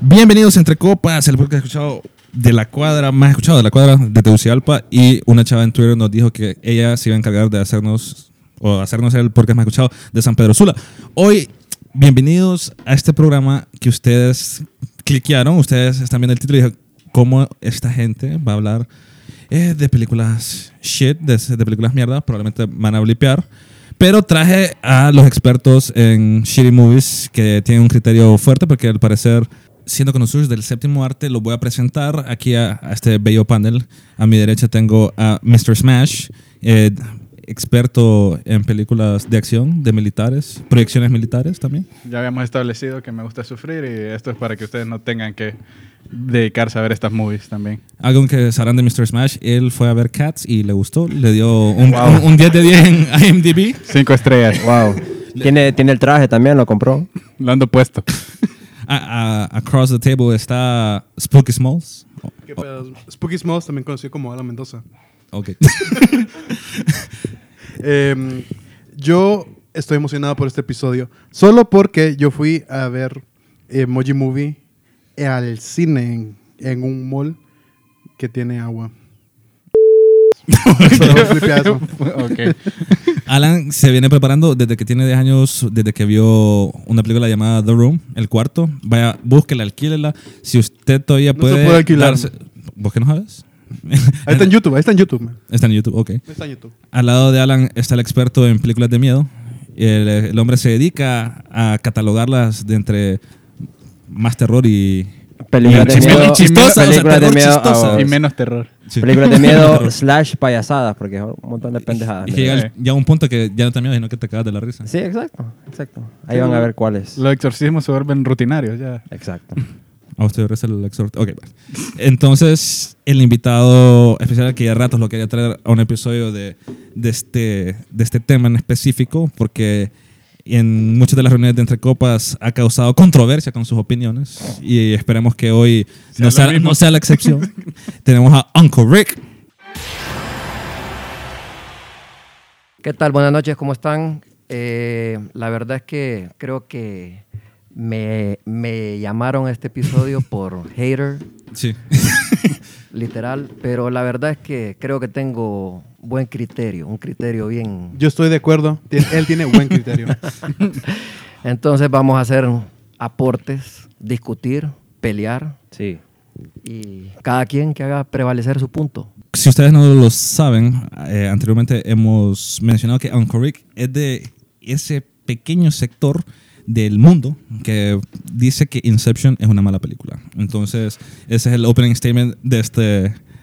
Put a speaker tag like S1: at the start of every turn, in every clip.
S1: Bienvenidos a Entre Copas, el podcast escuchado de la cuadra, más escuchado de la cuadra de Tegucigalpa. Y una chava en Twitter nos dijo que ella se iba a encargar de hacernos, o hacernos el podcast más escuchado de San Pedro Sula. Hoy, bienvenidos a este programa que ustedes cliquearon, ustedes están viendo el título y dijeron, ¿cómo esta gente va a hablar eh, de películas shit, de, de películas mierda? Probablemente van a blipear. Pero traje a los expertos en shitty movies que tienen un criterio fuerte porque al parecer, siendo conocidos del séptimo arte, los voy a presentar aquí a, a este bello panel. A mi derecha tengo a Mr. Smash, eh, experto en películas de acción, de militares, proyecciones militares también.
S2: Ya habíamos establecido que me gusta sufrir y esto es para que ustedes no tengan que dedicarse a ver estas movies también.
S1: Algo que sabrán de Mr. Smash, él fue a ver Cats y le gustó, le dio un, un- un 10 de 10 en IMDb.
S2: Cinco estrellas,
S3: Wow. Tiene, tiene el traje también, lo compró.
S2: lo ando puesto.
S1: A- a- Ah, across the table está Spooky Smalls. Oh,
S4: ¿Qué pedo? Spooky Smalls, también conocido como Alan Mendoza.
S1: Ok.
S4: Em, yo estoy emocionado por este episodio, solo porque yo fui a ver Emoji Movie al cine en, en un mall que tiene agua. Solo flipea eso.
S2: ok.
S1: Alan se viene preparando desde que tiene 10 años, desde que vio una película llamada The Room, El Cuarto. Vaya, búsquela, alquílela. Si usted todavía
S4: No se
S1: puede.
S4: puede alquilar.
S1: ¿Vos qué no sabes?
S4: Ahí está en YouTube, ahí está en YouTube. man.
S1: Está en YouTube, ok.
S4: Ahí está en YouTube.
S1: Al lado de Alan está el experto en películas de miedo. El, el hombre se dedica a catalogarlas de entre más terror y.
S3: Películas
S1: Y
S3: de
S1: chis-
S3: miedo.
S1: chistosa, o sea,
S3: películas de
S1: terror
S3: miedo.
S1: chistosa.
S3: ah,
S2: Y menos terror.
S1: Sí.
S3: Películas de miedo slash payasadas, porque es un montón de pendejadas.
S1: Y que llega
S3: ¿no?
S1: el- ya un punto que ya no te miedo, sino que te cagas de la risa.
S3: Sí, exacto, exacto. Ahí van a ver cuáles.
S2: Los exorcismos se vuelven rutinarios ya.
S3: Exacto.
S1: A usted es el exhorto. Ok, vale. Entonces, el invitado especial que ya ratos lo quería traer a un episodio de, de, este, de este tema en específico, porque en muchas de las reuniones de Entre Copas ha causado controversia con sus opiniones y esperemos que hoy
S2: Sea
S1: no,
S2: lo
S1: sea,
S2: mismo.
S1: no sea la excepción. Tenemos a Uncle Rick.
S5: ¿Qué tal? Buenas noches, ¿cómo están? Eh, la verdad es que creo que me, me llamaron a este episodio por hater,
S1: Sí.
S5: literal, pero la verdad es que creo que tengo buen criterio, un criterio bien.
S4: Yo estoy de acuerdo, Tien- él tiene buen criterio.
S5: Entonces vamos a hacer aportes, discutir, pelear
S3: Sí.
S5: y cada quien que haga prevalecer su punto.
S1: Si ustedes no lo saben, eh, anteriormente hemos mencionado que Uncle Rick es de ese pequeño sector del mundo que dice que Inception es una mala película. Entonces, ese es el opening statement de este,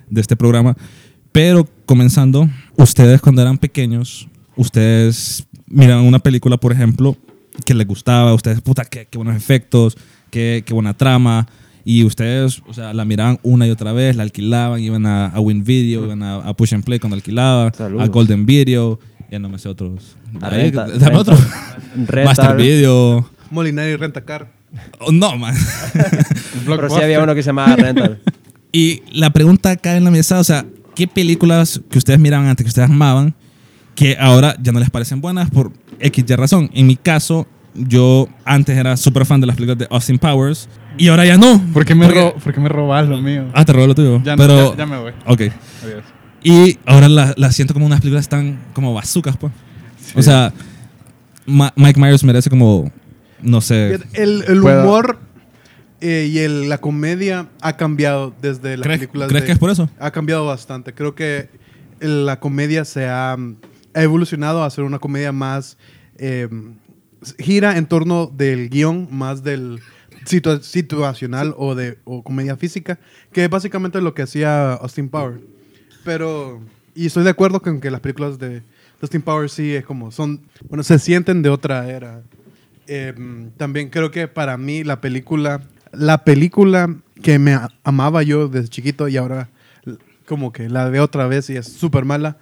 S1: de este programa. Pero comenzando, ustedes cuando eran pequeños, ustedes miraban una película, por ejemplo, que les gustaba, ustedes, puta, qué, qué buenos efectos, qué, qué buena trama. Y ustedes, o sea, la miraban una y otra vez, la alquilaban, iban a, a Win Video, iban a, a Push and Play cuando alquilaban,
S3: Saludos.
S1: a Golden Video, ya no me sé otros.
S3: A
S1: Ahí,
S3: Renta-
S1: dame
S3: Renta-
S1: otro.
S3: Rental.
S1: Master Video.
S4: Molinari Renta Car.
S1: Oh, no, man.
S3: Pero sí había uno que se llamaba Rental.
S1: Y la pregunta acá en la mesa, o sea, ¿qué películas que ustedes miraban antes que ustedes amaban que ahora ya no les parecen buenas por X y razón? En mi caso, yo antes era súper fan de las películas de Austin Powers y ahora ya no.
S2: ¿Por qué me, ro- por qué me robas lo mío?
S1: Ah, te robé lo tuyo.
S2: Ya no,
S1: pero...
S2: ya- ya me voy.
S1: Ok.
S2: Adiós.
S1: Y ahora la- las siento como unas películas tan como bazucas, pues. O sea, Ma- Mike Myers merece como, no sé...
S4: El, el
S2: Puedo-
S4: humor eh, y el- la comedia ha cambiado desde las
S1: ¿Crees-
S4: películas.
S1: crees
S4: de-
S1: que es por eso?
S4: Ha cambiado bastante. Creo que el- la comedia se ha, mm, ha evolucionado a ser una comedia más. eh, gira en torno del guión, más del situa- situacional o de o comedia física, que es básicamente lo que hacía Austin Power. Pero. Y estoy de acuerdo con que las películas de, de Austin Power sí es como. son Bueno, se sienten de otra era. Em, también creo que para mí la película, la película que me a- amaba yo desde chiquito y ahora l- como que la veo otra vez y es súper mala,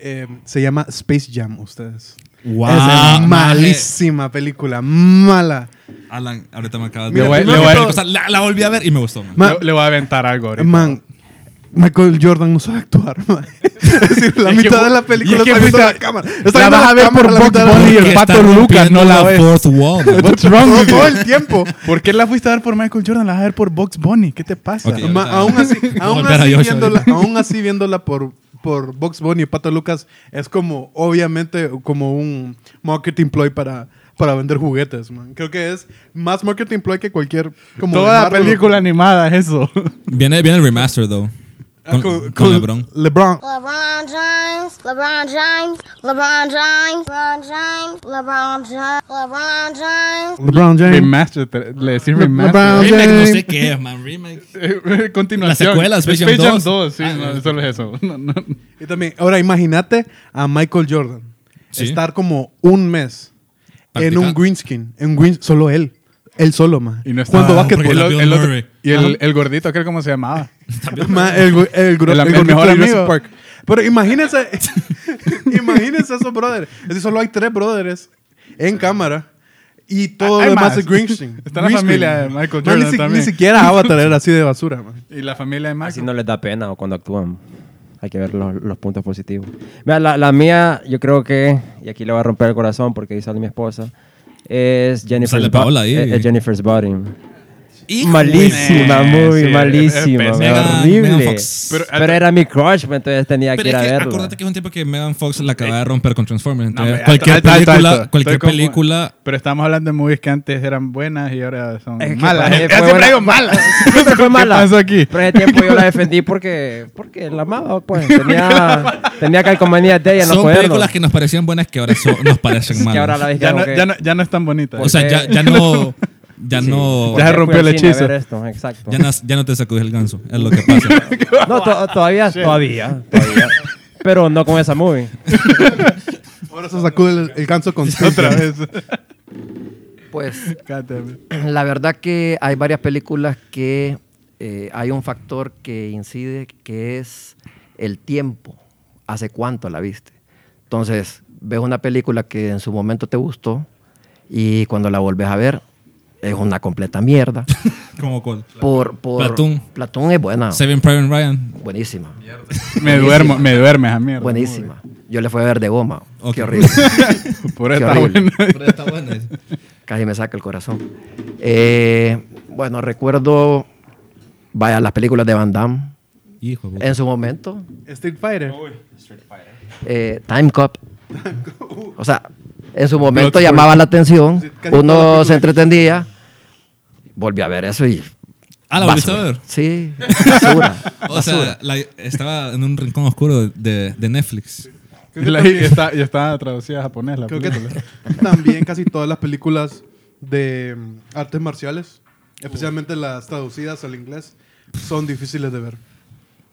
S4: em, se llama Space Jam, ustedes.
S1: Wow,
S4: Esa
S1: maje.
S4: es malísima película, mala.
S1: Alan, ahorita me acabas de...
S4: Mira,
S1: Le
S2: voy-
S1: no,
S2: le
S1: no,
S2: voy-
S1: pero, o sea, la, la volví a ver y me gustó. man.
S4: Ma-
S2: Le, le voy a aventar algo ahorita.
S4: Man, Michael Jordan no sabe actuar, man. Es decir, la
S2: Y es que
S4: mitad
S2: vo-
S4: de la
S2: y
S4: película
S2: es que
S4: está viendo
S2: puta,
S4: la cámara.
S2: la
S4: Está viendo
S2: vas a ver
S4: cámara
S2: por
S4: la
S2: Vox
S4: mitad de
S2: Bunny,
S4: la-
S2: el
S1: Porque
S2: pato
S1: está
S2: Lucas, no
S1: rompiendo
S2: la ves.
S1: fourth wall, man.
S2: What's wrong
S4: Todo,
S2: with you?
S4: todo el tiempo.
S2: ¿Por qué la fuiste a ver por Michael Jordan? La vas a ver por Box Bunny. ¿Qué te pasa?
S1: Ok.
S4: Ma-
S1: ahorita-
S4: aún, así, aún,
S1: Volver a
S4: así
S1: Joshua.
S4: viéndola, aún así viéndola por, por Box Bunny y Pato Lucas es como, obviamente, como un marketing ploy para, para vender juguetes, man. Creo que es más marketing ploy que cualquier... Como de
S2: Toda la
S4: Marvel.
S2: película animada es eso.
S1: Viene, viene el remaster, though. Ah, Con, con LeBron.
S4: LeBron.
S6: LeBron James, LeBron James, LeBron James, LeBron James, LeBron James, LeBron James.
S4: LeBron James.
S2: Remaster. te- Le decís
S4: LeBron.
S2: remaster.
S1: Remake, no
S4: James.
S1: sé qué es, man. Remake.
S2: Eh, Continuación.
S1: La secuela, Space Jam 2.
S2: 2, sí,
S1: Ah,
S2: no,
S1: no.
S2: solo es eso. No, no.
S4: Y también, ahora imagínate a Michael Jordan
S1: Sí.
S4: estar como un mes en
S1: Practicando.
S4: un green skin, en green, solo él, él solo, man.
S2: Y no está.
S4: Cuando
S1: Ah,
S4: va que
S1: porque
S2: el,
S1: la
S2: o-
S1: Bill
S2: el otro-
S1: Murray.
S2: y el, el gordito, aquel cómo se llamaba.
S4: Ma, el, gu- el, gro-
S2: El am-
S4: el
S2: el
S4: gordito
S2: mejor
S4: de Jurassic
S2: amigo.
S4: Park. Pero imagínense, imagínense esos brothers. Es decir, solo hay tres brothers en cámara y todo
S2: Hay
S4: lo demás
S2: más.
S4: es green screen.
S2: Está la
S4: Green
S2: familia de
S4: screen.
S2: Michael
S4: Ma, ni
S2: Jordan
S4: si-
S2: también.
S4: Ni siquiera Avatar era así de basura, man.
S2: Y la familia de
S3: Así
S2: Michael.
S3: no les da pena o cuando actúan. Hay que ver los, los puntos positivos. Mira, la, la mía, yo creo que, y aquí le va a romper el corazón porque ahí sale mi esposa, es Jennifer's,
S1: Sale
S3: Bo-
S1: Paola ahí.
S3: es- es Jennifer's Body.
S1: Hijo
S3: malísima,
S2: de-
S3: muy
S2: Sí,
S3: malísima,
S2: es- es
S3: me-
S1: Megan-
S3: horrible.
S1: Megan Fox.
S2: Pero-
S3: Pero, era mi crush, pues, entonces tenía
S1: Pero
S3: que ir
S1: es
S3: a
S1: que
S3: verla.
S1: acuérdate que es un tiempo que Megan Fox la acaba de romper con Transformers.
S2: No,
S1: entonces
S2: hombre,
S1: cualquier
S2: alto, alto,
S1: película,
S2: alto.
S1: cualquier
S2: Estoy confu-
S1: película
S2: Pero estamos hablando de movies que antes eran buenas y ahora son
S3: Es que
S2: malas.
S3: para-
S2: Yo
S3: fue
S2: siempre
S3: buena-
S2: digo malas.
S3: Siempre fue mala.
S2: ¿Qué pasó aquí?
S3: Pero en ese tiempo yo la defendí porque, porque la amaba, pues. Tenía, tenía calcomanías de ella en los
S1: son
S3: cuadernos.
S1: películas que nos parecían buenas que ahora son- nos parecen
S3: Que ahora
S1: malas.
S3: la ves
S2: Ya
S3: como
S2: no,
S3: que-
S2: ya, no, ya no es tan bonita.
S1: o sea, ya, ya no... Ya no...
S3: ¿por
S2: Ya
S3: qué
S2: se rompió
S3: fui
S2: el
S3: al cine a
S2: hechizo.
S3: ver esto? Exacto.
S1: Ya no, ya no te sacudes el ganso, es lo que pasa.
S3: No, to- todavía, todavía, todavía. Pero no con esa movie.
S4: Ahora se sacude el, el ganso con
S2: Otra vez.
S5: Pues
S2: Cállate.
S5: La verdad que hay varias películas que eh, hay un factor que incide, que es el tiempo. ¿Hace cuánto la viste? Entonces, ves una película que en su momento te gustó y cuando la volves a ver, es una completa mierda.
S1: Como con
S5: Por, por,
S1: Platoon.
S5: Platoon es buena.
S1: Seven Private Ryan.
S5: Buenísima.
S2: Me duermo, me duermes a mierda.
S5: Buenísima. Yo le fui a ver de goma.
S1: Ok.
S5: Qué horrible.
S2: movie. Por
S5: Qué
S2: esta
S5: horrible.
S2: buena.
S1: está buena.
S5: Casi me saca el corazón. Eh, bueno, recuerdo, vaya, las películas de Van Damme.
S1: Hijo de puta.
S5: En su momento,
S4: Street Fighter.
S5: eh, Time Cop. O sea, en su momento
S2: Bloodsport.
S5: llamaba la atención,
S4: Sí, casi todas
S5: uno
S4: las
S5: se entretenía, volví a ver eso y...
S1: Ah, ¿la volviste a ver?
S5: Sí, basura.
S1: O sea, la- estaba en un rincón oscuro de, de Netflix.
S2: Y la- y está- y estaba traducida a japonés la
S4: Creo que
S2: película.
S4: también casi todas las películas de mm, artes marciales, especialmente las traducidas al inglés, son difíciles de ver.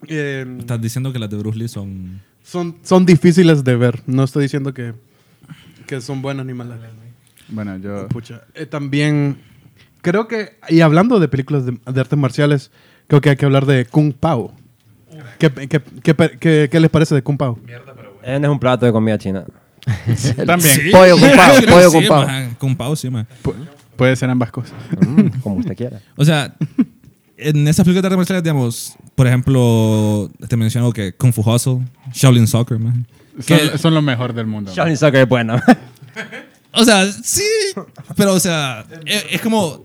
S4: Eh,
S1: Estás diciendo que las de Bruce Lee son...
S4: son, son difíciles de ver. No estoy diciendo que, que son buenas ni malas.
S2: Bueno, yo.
S4: Pucha. Eh, también creo que, y hablando de películas de, de artes marciales, creo que hay que hablar de Kung Pao. ¿Qué, qué, qué, qué- qué les parece de Kung Pao?
S3: Eh, no es un plato de comida china.
S2: También.
S5: Pollo con pavo, pollo
S1: sí,
S5: con pavo.
S1: maja, con pavo, sí, maja.
S2: Pu- puede ser ambas cosas.
S3: Mm, como usted quiera.
S1: O sea, en esas películas de artes marciales, digamos, por ejemplo, te menciono que Kung Fu Hustle, Shaolin Soccer, man.
S2: Son, son lo mejor del mundo.
S3: Shaolin Soccer es bueno.
S1: O sea, sí, pero o sea, e, es, es como...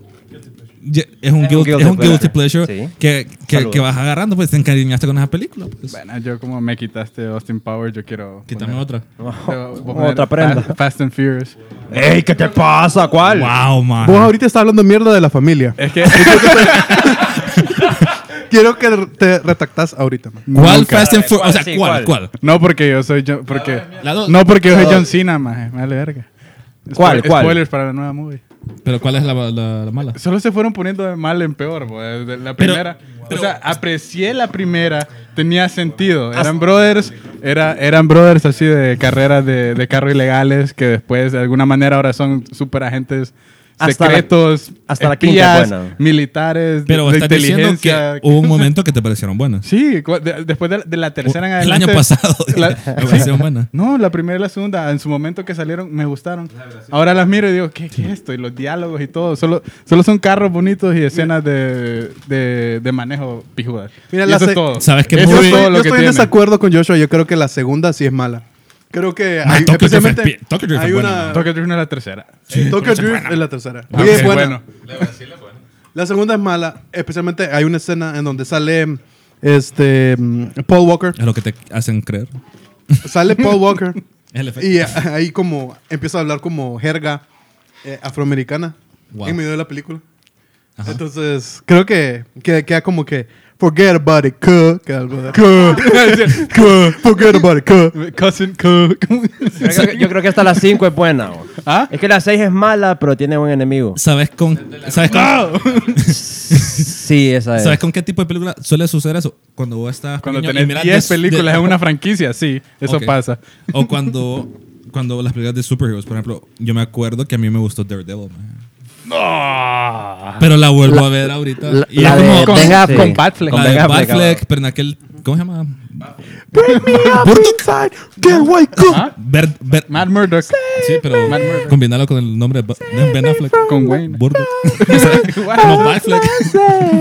S1: ye- Es un, guilt- es un guilty, pleasure
S3: Sí.
S1: que, que,
S3: Saludos.
S1: que vas agarrando, pues te encariñaste con esa película. Pues.
S2: Bueno, yo como me quitaste Austin Powers, yo quiero.
S1: Quítame
S2: poner-
S1: otra.
S2: yo voy a poner
S3: Otra prenda.
S2: Fa- Fast and Furious.
S3: ¡Ey! ¿Qué te pasa? ¿Cuál?
S1: Wow, man.
S4: Vos ahorita estás hablando mierda de la familia.
S2: Es que.
S4: Quiero que te retactas ahorita, man.
S1: ¿Cuál
S2: Nunca.
S1: Fast and Furious? O
S3: ¿Cuál?
S1: sea,
S3: Sí,
S1: ¿cuál? ¿Cuál?
S3: ¿cuál?
S2: No porque yo soy John, porque
S1: La dos.
S2: no porque yo soy John Cena, maje, me vale verga.
S3: ¿Cuál,
S2: Spo-
S3: cuál?
S2: Spoilers para la nueva movie.
S1: ¿Pero cuál es la, la- la mala?
S2: Solo se fueron poniendo de mal en peor, bo, desde la
S1: Pero-
S2: primera.
S1: pero-
S2: o sea, aprecié la primera, tenía sentido. Eran brothers, era, eran brothers así de carreras de, de carro ilegales que después de alguna manera ahora son super agentes
S3: Hasta la-
S2: secretos,
S3: hasta la quinta es
S2: espías,
S3: buena.
S2: militares,
S1: Pero
S2: de, de
S1: estás diciendo que
S2: inteligencia.
S1: hubo un momento que te parecieron buenas.
S2: Sí, cu- de- después de, la- de la tercera en
S1: el año
S2: adelante-
S1: pasado.
S2: La-
S1: me parecieron buenas.
S2: no, la primera y la segunda, en su momento que salieron, me gustaron. Ahora las miro y digo, ¿qué, qué es esto? Y los diálogos y todo. Solo, solo son carros bonitos y escenas de, de, de manejo pijudas.
S4: Mira,
S2: Y
S4: la
S2: eso es
S4: se-
S2: todo.
S1: ¿Sabes qué
S2: Eso
S4: Yo
S1: Muy
S2: es
S4: estoy,
S1: bien.
S2: todo
S4: yo
S2: lo que
S4: estoy en
S2: tiene.
S4: desacuerdo con Joshua. Yo creo que la segunda sí es mala. Creo que
S1: Ah,
S4: hay,
S1: Tokyo Drift
S4: especialmente
S1: es pi- Tokyo Drift es
S4: hay
S1: buena,
S4: una...
S1: man.
S2: Tokyo Drift no es la tercera.
S4: Sí, Tokyo
S1: es
S4: Drift
S1: buena.
S4: es la tercera.
S2: Ah,
S4: Muy
S2: ok, bueno.
S4: buena. La segunda es mala. Especialmente hay una escena en donde sale este mm, Paul Walker.
S1: Es lo que te hacen creer.
S4: Sale Paul Walker
S1: Es el efecto.
S4: y
S2: Ah.
S4: a- ahí como empieza a hablar como jerga eh, afroamericana
S1: Wow.
S4: en medio de la película. Entonces, creo que que- queda como que forget about it, cuh", que algo de- Cuh, forget about it, cuh.
S2: Cousin Cook.
S3: Yo creo, que- yo creo que hasta las 5 es buena. bro.
S2: ¿Ah?
S3: Es que la 6 es mala, pero tiene buen enemigo.
S1: ¿Sabes con, ¿sabes, con,
S3: Sí, esa es.
S1: ¿Sabes con qué tipo de película suele suceder eso? Cuando vos estás
S2: Cuando
S1: pequeño y miras
S2: tenés 10
S1: de- de-
S2: películas en una franquicia, sí, eso
S1: Ok.
S2: pasa.
S1: O cuando, cuando las películas de superhéroes, por ejemplo, yo me acuerdo que a mí me gustó Daredevil. man. Pero la vuelvo a ver ahorita.
S5: la-
S1: y
S5: la
S1: es
S5: de
S1: como-
S5: Con-
S1: la
S5: Ben
S2: Venga,
S5: Affleck.
S2: con Batfleck.
S3: Con
S1: de
S3: Ben Affleck,
S1: Batfleck,
S3: ah.
S1: pero en aquel. ¿Cómo se llama?
S4: Inside, get wake up.
S1: Ah, Ver- ver-
S2: Matt Murdock.
S1: sí, pero
S2: Matt Murdock.
S1: combinarlo con el nombre de Ba- de Ben Affleck.
S2: Con Wayne.
S1: Burdo. no, Batfleck.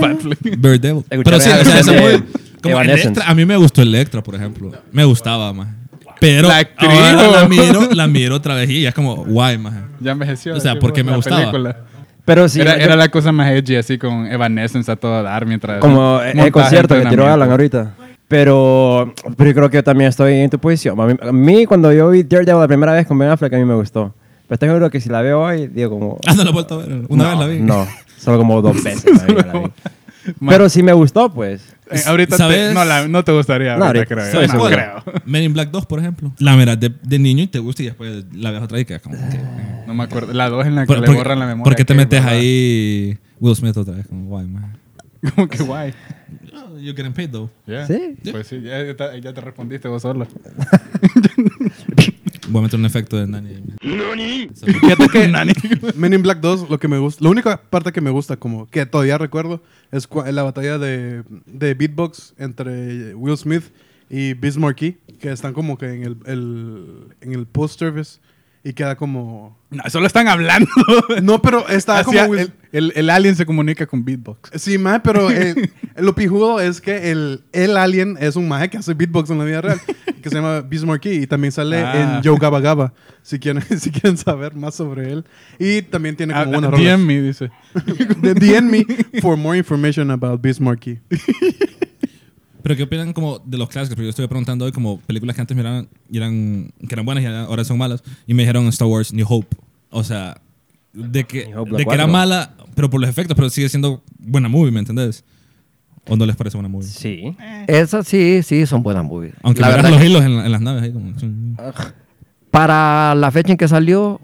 S2: Batfleck.
S1: Daredevil.
S3: Escuchar
S1: Pero sí, o sea,
S3: la versión
S1: esa
S3: de
S1: movie- como
S3: Evanescence.
S1: Electra, a mí me gustó Electra, por ejemplo. Me gustaba más. Pero
S2: La actriz,
S1: ahora
S2: ¿o?
S1: la miro, la miro otra vez y ya es como, guay, más.
S2: Ya envejeció.
S1: O sea,
S2: sí,
S1: porque me
S2: la
S1: gustaba.
S2: película.
S3: Pero sí,
S2: era,
S3: yo-
S2: era la cosa más edgy, así con Evanescence a todo dar mientras.
S3: como el
S2: montaje,
S3: concierto que tiró
S2: entrenamiento.
S3: Alan ahorita. Pero, pero yo creo que yo también estoy en tu posición. A mí, a mí, cuando yo vi Daredevil la primera vez con Ben Affleck, a mí me gustó. Pero estoy seguro que si la veo hoy, digo como...
S1: Ah, no la he vuelto a ver. Una vez la vi.
S3: No, solo como dos veces. la vi, la vi. Pero sí me gustó, pues.
S2: Eh, ahorita te-
S1: ¿Sabes?
S2: no, la- no te gustaría.
S3: No,
S2: ahorita,
S3: ahorita,
S2: creo.
S3: estoy
S2: no
S3: seguro.
S2: creo.
S1: Men in Black 2, por ejemplo. La miras de, de niño y te gusta y después la ves otra vez y quedas como... que-
S2: No me acuerdo. La dos en la que
S1: Por-
S2: le
S1: por-
S2: borran la memoria.
S1: ¿Por qué te
S2: que-
S1: metes
S2: ¿verdad?
S1: ahí Will Smith otra vez? Como, guay, man.
S2: Como que guay.
S1: Oh, You're getting paid, though.
S2: Yeah.
S3: Sí.
S2: Pues sí, ya, ya te- ya te respondiste vos solo.
S1: Voy a meter un efecto de Nani.
S2: Fíjate que Nani.
S4: Men in Black 2, lo que me gusta, la única parte que me gusta, como que todavía recuerdo, es cua- la batalla de, de beatbox entre Will Smith y Biz Markie, que están como que en el, el- en el post service y queda como.
S2: No, solo están hablando.
S4: No, pero está como.
S2: Hacia-
S4: Will-
S2: el, el- el alien se comunica con beatbox.
S4: Sí, mae, pero el- lo pijudo es que el, el alien es un mae que hace beatbox en la vida real, que se llama Biz Markie y también sale
S2: Ah.
S4: en Yo Gaba Gaba, si quieren, si quieren saber más sobre él. Y también tiene como una rola.
S2: DM Ah, me dice.
S4: The DM me for more information about Biz Markie.
S1: Pero ¿qué opinan como de los clásicos? Porque yo estuve preguntando hoy como películas que antes miraban y eran, que eran buenas y ahora son malas. Y me dijeron Star Wars New Hope. O sea, de que,
S3: New Hope, la
S1: de que era
S3: cuatro.
S1: mala, pero por los efectos, pero sigue siendo buena movie, ¿me entendés? ¿O no les parece buena movie?
S3: Sí.
S5: Eh. Esas sí, sí, son buenas movies.
S1: Aunque
S5: la
S1: la
S5: verdad,
S1: los hilos en, la- en las naves ahí como... chun.
S5: para la fecha en que salió,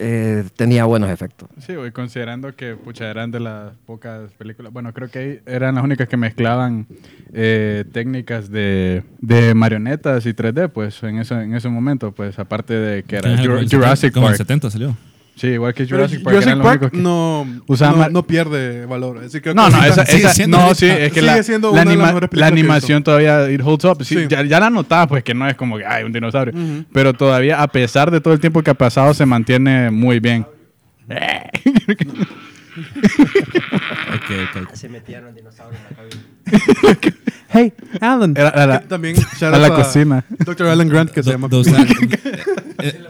S5: eh, tenía buenos efectos.
S2: Sí, güey, considerando que pucha, eran de las pocas películas. Bueno, creo que eran las únicas que mezclaban eh, técnicas de, de marionetas y 3D, pues en, eso, en ese momento, pues aparte de que era
S1: Como
S2: Jur-
S1: el 70,
S2: Jurassic
S1: como el
S2: Park.
S1: 70 salió.
S2: Sí, igual que
S4: Pero
S2: Jurassic Park. eran los únicos que-
S4: no,
S2: usaba
S4: no,
S2: mar-
S4: no pierde valor. Así que
S2: No, no, esa,
S1: sigue
S2: esa-
S1: siendo
S2: no,
S1: ahorita-
S2: sí, es que
S4: sigue
S2: la, la
S4: siendo una de las
S2: anima- la
S4: mejores películas que he
S2: animación todavía it holds up. Sí,
S4: Sí.
S2: Ya, ya la notaba, pues que no es como que hay un dinosaurio. Pero todavía, a pesar de todo el tiempo que ha pasado, se mantiene muy bien.
S1: Ok, ok.
S3: Se metieron dinosaurios en la cabina.
S4: Hey, Alan.
S2: Era- era-
S4: Que también shout
S2: a la
S4: out
S2: cocina.
S4: Dr. Alan Grant, que se llama.
S1: Those, eh,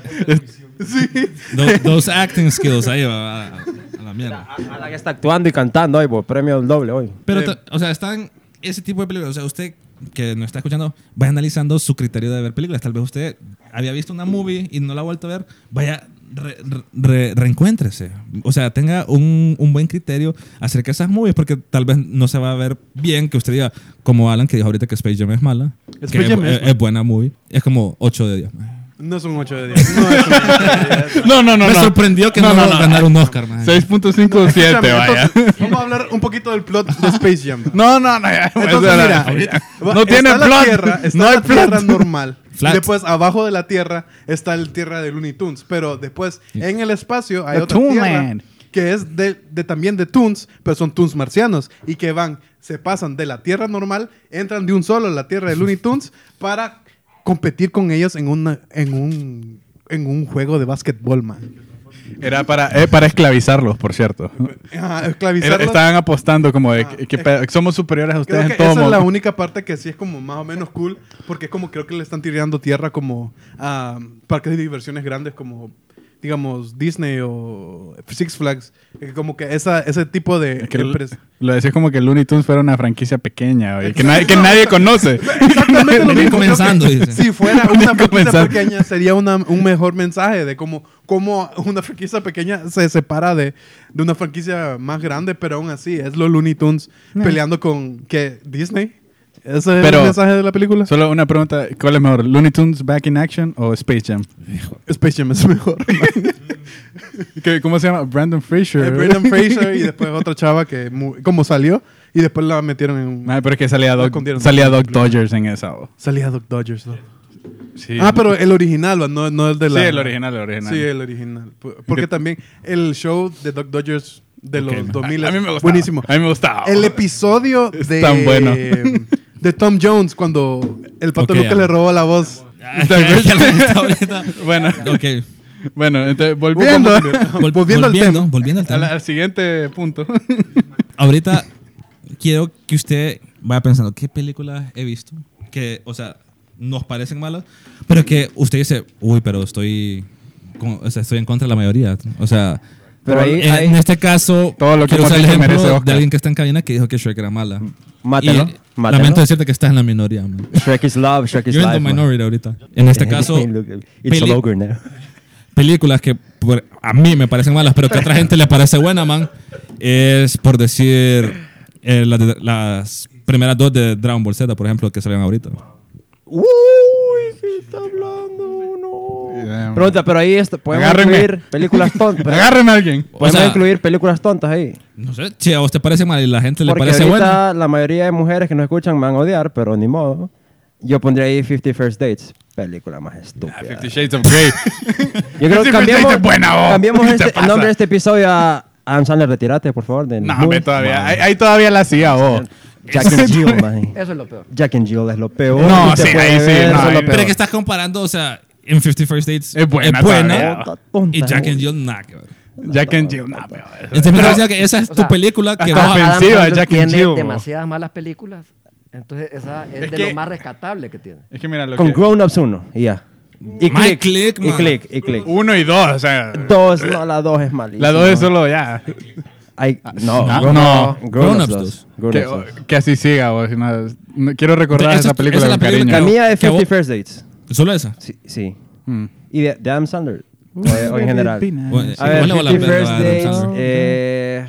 S1: those, acting skills ahí va a, a la mierda.
S3: A la que está actuando y cantando hoy, pues, premio el doble hoy.
S1: Pero,
S4: Eh,
S1: ta- o sea, están ese tipo de películas. O sea, usted que nos está escuchando, vaya analizando su criterio de ver películas. Tal vez usted había visto una movie y no la ha vuelto a ver. Vaya, re- re- re- reencuéntrese. O sea, tenga un, un buen criterio acerca de esas movies, porque tal vez no se va a ver bien que usted diga, como Alan, que dijo ahorita que Space Jam es mala.
S4: Space
S1: que es-
S4: Jam es
S1: es, es buena movie. Es como 8 de 10.
S4: No es un 8 de 10. No es un 8 de 10.
S2: No, no, no.
S1: Me
S2: no.
S1: sorprendió que no,
S2: no,
S1: va
S2: no.
S1: a ganar un Oscar, man.
S2: 6.57,
S4: Escúchame,
S2: vaya.
S4: entonces, Vamos a hablar un poquito del plot de Space Jam.
S2: No, no, no. ya, pues,
S4: Entonces,
S2: era-
S4: mira, va-
S2: no
S4: está
S2: tiene
S4: la
S2: plot.
S4: tierra, está
S2: no hay
S4: la tierra
S2: plot.
S4: normal. Y
S1: Flat.
S4: después, abajo de la tierra, está la tierra de Looney Tunes. Pero después, en el espacio, hay
S2: The
S4: otra
S2: Toon
S4: tierra
S2: Land.
S4: que es de, de también de Toons, pero son Toons marcianos y que van, se pasan de la Tierra normal, entran de un solo a la Tierra de Looney Tunes para competir con ellos en, una, en, un, en un juego de básquetbol, man.
S2: Era para, eh, para esclavizarlos, por cierto.
S4: Ajá,
S2: Era-
S4: esclavizarlos.
S2: estaban apostando como de
S4: Ah,
S2: que, que
S4: eh,
S2: pe- somos superiores a
S4: Creo
S2: ustedes
S4: que
S2: en todo
S4: esa es la
S2: momento.
S4: única parte que sí es como más o menos cool, porque es como creo que le están tirando tierra como a parques de diversiones grandes como, digamos, Disney o Six Flags. Eh, Como que esa, ese tipo de...
S2: Es que
S4: de
S2: lo-
S4: pres-
S2: lo decías como que Looney Tunes fuera una franquicia pequeña, oye, que, nadie, que nadie conoce.
S4: Exactamente lo
S1: Venía
S4: mismo. Creo
S1: comenzando,
S4: que
S1: dice.
S4: Si fuera
S2: Venía
S4: una franquicia
S2: comenzando.
S4: pequeña, sería una- un mejor mensaje de cómo, cómo una franquicia pequeña se separa de, de una franquicia más grande, pero aún así es los Looney Tunes peleando con ¿qué? Disney. Ese es
S2: Pero-
S4: el mensaje de la película.
S2: Solo una pregunta, ¿cuál es mejor? ¿Looney Tunes Back in Action o Space Jam?
S4: Space Jam es mejor.
S2: ¿Qué- ¿Cómo se llama? Brandon Fraser.
S4: Eh, Brendan Fraser y después otra chava que mu- como salió y después la metieron en un-
S2: Ay, pero es que salía Doc,
S4: escondieron.
S2: salía Doc Dodgers en esa. oh.
S4: Salía Doc Dodgers. ¿no?
S2: Sí.
S4: Ah, pero el original, ¿va? no, no el de la...
S2: Sí, el original, el original.
S4: Sí, el original. P- Porque también el show de Doc Dodgers de
S2: Ok,
S4: los
S2: no.
S4: 2000
S2: A, a mí me gustaba.
S4: buenísimo.
S2: A mí me gustaba. oh.
S4: El episodio
S2: Es
S4: de
S2: tan bueno.
S4: de Tom Jones cuando el pato
S1: Ok,
S4: Lucas
S1: ya.
S4: le robó la voz.
S2: Está bien.
S1: Ya lo está ahorita.
S2: Bueno,
S1: Ok.
S2: bueno, entonces volviendo
S1: Vol-
S4: Volviendo al tema.
S1: Volviendo al
S2: a la-
S1: tema.
S2: al siguiente punto.
S1: Ahorita quiero que usted vaya pensando qué películas he visto que, o sea, nos parecen malas, pero que usted dice, uy, pero estoy, como- o sea, estoy en contra de la mayoría. O sea,
S3: Pero ahí-
S1: en,
S3: ahí-
S1: en este caso,
S2: Todo lo que
S1: quiero
S2: hemos
S1: usar el
S2: dicho
S1: ejemplo
S2: merece Oscar.
S1: de alguien que está en cabina que dijo que Shrek era mala.
S3: Mátelo,
S1: Y,
S3: mátelo.
S1: Lamento decirte que estás en la minoría. man.
S3: Shrek is love, Shrek is
S1: You're in
S3: life.
S1: the
S3: man.
S1: minority ahorita. En este caso,
S3: Look, it's
S1: peli-
S3: all over now.
S1: películas que por- a mí me parecen malas, pero que a otra gente le parece buena, man, es por decir eh, la de- las primeras dos de Dragon Ball Z, por ejemplo, que salen ahorita.
S3: Uy, ¿qué está hablando?
S2: Yeah,
S3: No.
S2: man.
S3: Pregunta, pero ahí está- podemos
S2: Agárrenme.
S3: incluir películas tontas.
S2: Agárreme a alguien.
S3: Podemos
S1: O sea-
S3: incluir películas tontas ahí.
S1: No sé, si a vos te parece mal y la gente le
S3: Porque
S1: parece
S3: ahorita
S1: buena.
S3: la mayoría de mujeres que nos escuchan me van a odiar, pero ni modo. Yo pondría ahí 50 First Dates. Película más estúpida.
S2: Fifty Shades of Grey.
S3: Yo creo
S2: 50
S3: que
S2: First
S3: cambiamos,
S2: Dates buena, vos.
S3: cambiamos
S2: ¿Qué te
S3: este- el
S2: pasa?
S3: nombre de este episodio a Adam Sandler, retírate, por favor. del
S2: no,
S3: mundo.
S2: hombre, todavía.
S3: Man.
S2: Ahí, ahí todavía la hacía oh. vos.
S3: Jack and Jill, man.
S5: Eso es lo peor.
S3: Jack and Jill es lo peor.
S2: No,
S3: que se
S2: sí,
S3: puede
S2: ahí sí,
S3: ver,
S2: no,
S3: eso es lo
S2: ahí-
S1: Pero
S3: peor.
S1: que estás comparando, o sea, en 50 First Dates
S2: Es buena todavía.
S3: Tonta, tonta,
S1: y Jack
S3: ¿no?
S1: and Jill nada que ver.
S2: Jack and Jill. Nah, pero-
S1: Entonces me parece que esa es
S5: O
S1: tu
S5: sea,
S1: película que
S2: hasta
S1: va a...
S2: ofensiva,
S5: Sandler
S2: Jack and
S5: tiene
S2: Jill, bro.
S5: demasiadas malas películas. Entonces, esa es,
S2: Ah. Es
S5: de
S2: que-
S5: lo más rescatable que tiene.
S2: Es que mira lo
S3: Con
S2: que.
S3: Grown Ups 1, y ya. Y
S1: My
S3: click,
S1: Click,
S3: y
S1: man.
S3: click, y click.
S2: Uno y dos, o sea.
S3: Dos, no, la dos es malísima.
S2: La dos es solo ya.
S3: Ay, no,
S2: Ah,
S3: Grown-
S2: no.
S3: Grown
S1: Grown
S3: Ups
S1: Ups
S3: 2.
S2: Que, oh,
S3: Grown Ups
S2: que así siga, vos. si no- no- quiero recordar
S1: Esa-
S2: esa, película
S1: esa es la
S2: con cariño.
S1: película
S3: 2. La
S1: que-
S3: mía es
S1: que vos-
S3: 50 First Dates.
S1: Solo esa.
S3: Sí, sí.
S2: Mm.
S3: Y de, de Adam Sandler.
S5: Mm.
S3: O, o en general.
S1: Bueno,
S3: A ver,
S1: igual le vale la pena
S3: 50 First
S1: a Adam
S3: Dates.
S1: Sandler.
S3: eh,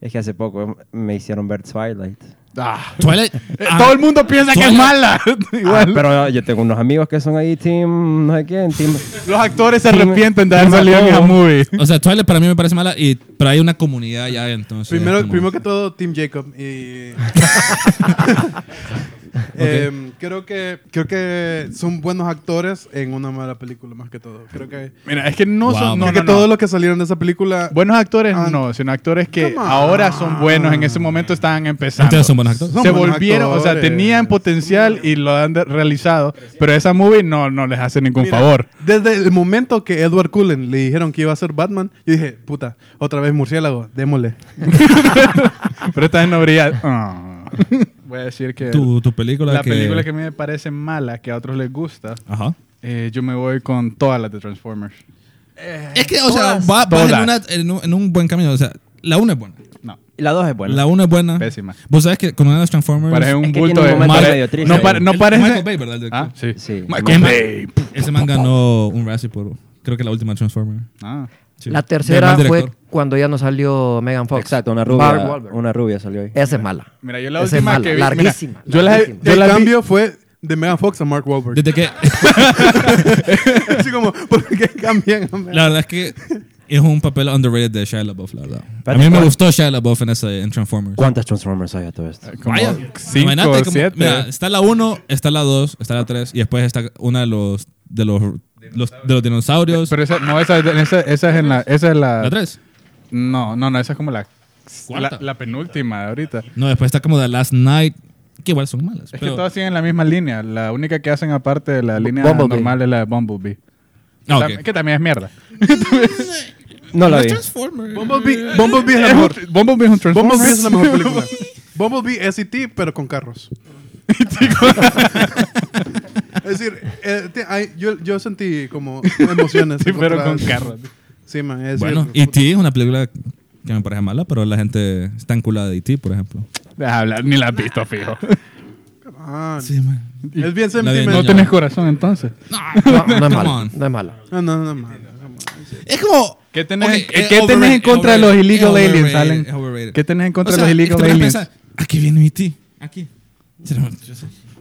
S3: es que hace poco me hicieron ver Twilight.
S2: Ah.
S1: Twilight.
S2: Eh,
S1: ah,
S2: Todo el mundo piensa que es
S1: Twilight.
S2: mala. Igual.
S3: Ah, pero yo tengo unos amigos que son ahí, team, no sé quién, team.
S2: Los actores se
S3: Sí me-
S2: arrepienten de haber
S3: sí me
S2: salido en esa
S3: acuerdo.
S2: movie.
S1: O sea, Twilight para mí me parece mala, y, pero hay una comunidad ya entonces.
S4: primero,
S1: es como-
S4: primero que todo, Team Jacob. Y... Em, creo, que, creo que son buenos actores en una mala película, más que todo. Creo que,
S2: Mira, es que no
S1: Wow,
S2: son.
S1: man.
S2: No,
S4: creo que
S2: no, no.
S4: todos los que salieron de esa película.
S2: Buenos actores
S4: Ah,
S2: no, sino actores que
S4: come on.
S2: ahora son buenos, en ese momento estaban empezando.
S1: Entonces son buenos actores.
S4: Son
S2: se
S4: buenos
S2: volvieron, o sea,
S4: actores.
S2: tenían potencial y lo han de- realizado, pero esa movie no, no les hace ningún
S4: Mira,
S2: favor.
S4: Desde el momento que Edward Cullen le dijeron que iba a ser Batman, yo dije, puta, otra vez murciélago, démosle.
S2: Pero esta vez no brilla. Ah. Voy a decir que
S1: tu, tu película
S2: la
S1: que...
S2: película que a mí me parece mala, que a otros les gusta,
S1: Ajá.
S2: eh, yo me voy con todas las de Transformers.
S1: Es que, o sea, va, vas
S2: Todas.
S1: en, una- en un, en un buen camino. O sea, la una es buena.
S2: No,
S3: Y la dos es buena.
S1: La una es buena.
S2: Pésima.
S1: Vos sabes que con una de los Transformers...
S2: parece un
S3: es que
S2: bulto
S3: tiene un
S2: de.
S3: momento
S2: pare-
S3: medio triste
S2: no,
S3: ahí.
S2: pare- no
S1: El-
S2: parece.
S1: Michael Bay, ¿verdad? El director.
S2: Ah, sí.
S3: Sí.
S2: Michael
S1: Emma-
S2: Bay.
S1: Ese man ganó un Razzie por... Creo que la última Transformer.
S2: Ah.
S1: Sí.
S5: La
S1: De mal
S5: tercera fue
S1: director.
S5: cuando ya no salió Megan Fox.
S3: Exacto, una
S5: Mark
S3: rubia.
S5: Wahlberg.
S3: Una rubia salió
S1: Eh,
S3: ahí.
S5: Esa es mala.
S2: Mira, yo la
S5: Esa es
S2: última
S5: mala,
S2: que vi. mira,
S5: Larguísima.
S2: yo la-
S5: larguísima.
S2: yo
S4: el
S2: la vi-
S4: cambio fue de Megan Fox a Mark Wahlberg.
S1: Desde que...
S4: Así como, ¿por qué cambian a Megan?
S1: la verdad es que es un papel underrated de Shia LaBeouf, la verdad. A
S3: Espérate,
S1: mí me
S2: pues.
S3: ¿cuál?
S1: gustó Shia LaBeouf en, ese, en Transformers.
S3: ¿Cuántas Transformers hay a todo esto?
S2: Como
S1: Vaya,
S2: cinco
S1: imagínate
S2: o
S1: como-
S2: siete.
S1: mira, está la 1, está la 2, está la 3 y después está una de los de los, los- de los dinosaurios.
S2: Pero esa, no, esa, esa, esa es en la. Esa es la.
S1: la 3.
S2: No, no, no, esa es como la,
S1: ¿Cuarta?
S2: la, la penúltima de ahorita.
S1: No, después está como The Last Night, que igual son malas.
S2: Es que
S1: pero-
S2: todas siguen la misma línea. La única que hacen aparte de la línea
S5: Bumblebee.
S2: normal es la de Bumblebee. Que,
S1: Ah, ok.
S2: tam- que también es mierda.
S3: No la vi.
S1: Transformers.
S4: Bumblebee, Bumblebee es la mejor.
S2: Bumblebee es un Transformer.
S4: Bumblebee es la mejor película. Bumblebee es E.T., pero con carros. es decir, eh, te- ay, yo, yo sentí como emociones.
S2: Sí, pero con
S4: encontradas.
S2: carros.
S4: Sí, man. Es
S1: Bueno,
S4: decir,
S1: E.T. es una película que me parece mala, pero la gente está enculada de E.T., por ejemplo.
S2: Deja hablar, ni la has visto, fijo.
S4: Pues ah,
S1: Sí, man. La
S4: Es bien
S1: de-
S2: No
S4: sentimental.
S1: Ya.
S2: tenés corazón entonces.
S5: No, no es
S1: Come
S5: mala.
S1: on.
S5: No es mala.
S4: No, no, no, man.
S1: Es como...
S2: ¿Qué tenés,
S1: Ok,
S2: ¿qué
S1: es
S2: tenés
S1: overrated,
S2: en contra de los
S1: overrated,
S2: illegal
S1: es
S2: aliens,
S1: overrated,
S2: Allen?
S1: es overrated.
S2: ¿Qué tenés en contra
S1: O
S2: de
S1: sea,
S2: los illegal
S1: es que
S2: aliens?
S1: piensa, Aquí viene E.T. Aquí. Será-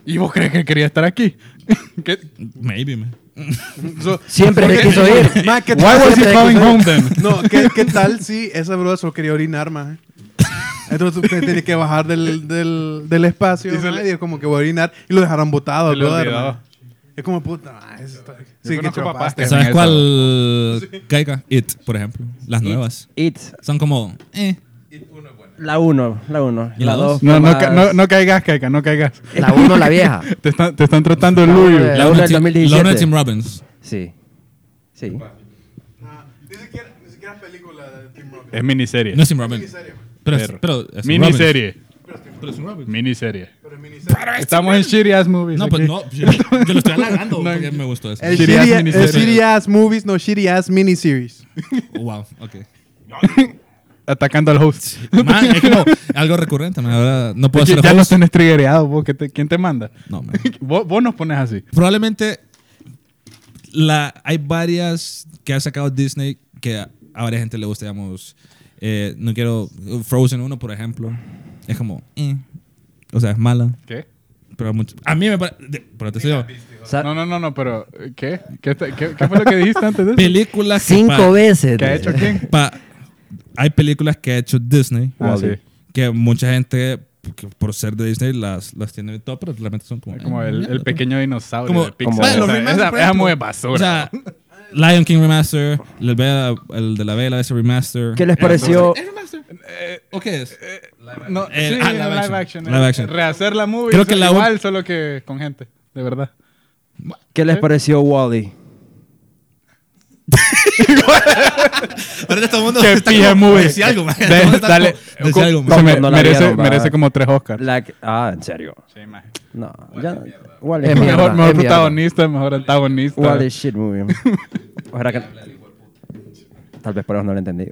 S2: ¿Y vos crees que quería estar aquí? ¿Qué?
S1: Maybe, man.
S4: So,
S5: Siempre se quiso ir.
S4: man, ¿qué
S2: Why
S4: tal-
S2: was he
S5: Siempre
S2: coming
S5: hay que-
S2: home then?
S4: No, ¿qué, qué tal si esa bro solo quería orinar, man? Entonces usted tiene que bajar del, del, del espacio
S2: Y
S4: y,
S2: se le-
S4: y es como que voy a orinar y lo dejaron botado,
S2: Se le
S4: brother,
S2: olvidó.
S4: man. Es como puta, man, eso está- Sí, que
S2: conozco
S4: chupaste.
S2: papás
S1: ¿Sabes
S2: eso.
S1: cuál caiga? It, por ejemplo. Las nuevas.
S3: It,
S1: Son como... Eh.
S3: la 1, la 1.
S1: ¿Y
S3: La
S1: la
S3: 2.
S1: dos?
S2: No, no, ca- no, no caigas, Kaika, no caigas.
S5: La uno, la vieja.
S2: Te están, te están tratando el
S3: La
S2: Luyu.
S3: de-
S1: una
S3: La una
S1: de
S3: del
S1: Tim-
S3: 2017.
S1: La una de Tim Robbins.
S3: Sí. Sí.
S4: Ni siquiera, ni siquiera es película de Tim Robbins.
S2: Es miniserie.
S1: No es Tim Robbins. Pero es, pero es Tim
S2: miniserie.
S1: Robbins. Pero es Tim Robbins.
S2: Miniserie.
S4: Pero es miniserie.
S2: Estamos en shitty ass movies.
S1: No,
S2: aquí.
S1: pues no. Yo, yo lo estoy halagando porque me gustó eso.
S4: El
S2: Shitty ass
S4: shitty, el
S2: miniseries.
S4: shitty ass movies, no shitty ass miniseries.
S1: Wow, ok.
S2: Atacando al host.
S1: Man, es como algo recurrente, man. Ahora no puedo
S2: Ya-
S1: hacer
S2: ya
S1: host.
S2: los tenés triggereados, vos. ¿qué te- ¿Quién te manda?
S1: No, man.
S2: Vos, vos nos pones así.
S1: Probablemente la, hay varias que ha sacado Disney que a, a varias gente le gusta, digamos. eh, no quiero. Frozen 1, por ejemplo. Es como. eh, o sea, es mala.
S2: ¿Qué?
S1: Pero mucho- a mí me parece. Pero te digo.
S3: Ah.
S5: Sa-
S2: No, no, no, no, pero eh, ¿qué? ¿Qué, te- qué, qué fue lo que dijiste antes de eso?
S1: Películas que
S5: Cinco
S1: pa-
S5: veces.
S2: ¿Qué ha hecho quién?
S1: pa- hay películas que ha hecho Disney
S2: Ah, sí.
S1: que mucha gente que por ser de Disney las, las tiene en top, pero realmente son como, eh.
S2: Es Como el, el
S1: mierda,
S2: pequeño dinosaurio
S1: Como-
S2: de Pixar.
S3: como-
S2: Esa-
S1: Los
S2: esa,
S1: remasters, por
S2: esa
S1: ejemplo.
S2: muy
S1: pero-
S2: basura.
S1: O sea, Lion King Remaster, el, vela- el de la vela, ese remaster.
S3: ¿Qué les pareció?
S1: ¿O qué es?
S2: no,
S1: eh,
S2: sí,
S1: ah,
S2: live,
S1: live
S2: action.
S1: action.
S2: eh.
S1: Live action.
S2: Rehacer la movie.
S1: Creo que la
S2: igual,
S1: un-
S2: solo que con gente. De verdad.
S3: ¿Qué les pareció Wally?
S1: Ahorita todo el mundo
S2: Qué
S1: está
S2: pija
S1: como-
S2: movie.
S1: Decía algo, man. Todo el mundo
S2: Ve,
S1: está
S2: Dale.
S1: como- decía algo, man.
S2: Se me-
S3: No la
S2: merece,
S3: vieron, va.
S2: merece como tres Oscars.
S3: La que- ah, en serio.
S2: Sí, maje.
S3: No, ya. Wally
S5: Es
S3: es
S5: mierda.
S2: Mejor, mejor
S5: es mierda.
S2: protagonista, mejor antagonista.
S3: Wally is shit movie. Ojalá que. Tal vez por eso no lo entendí.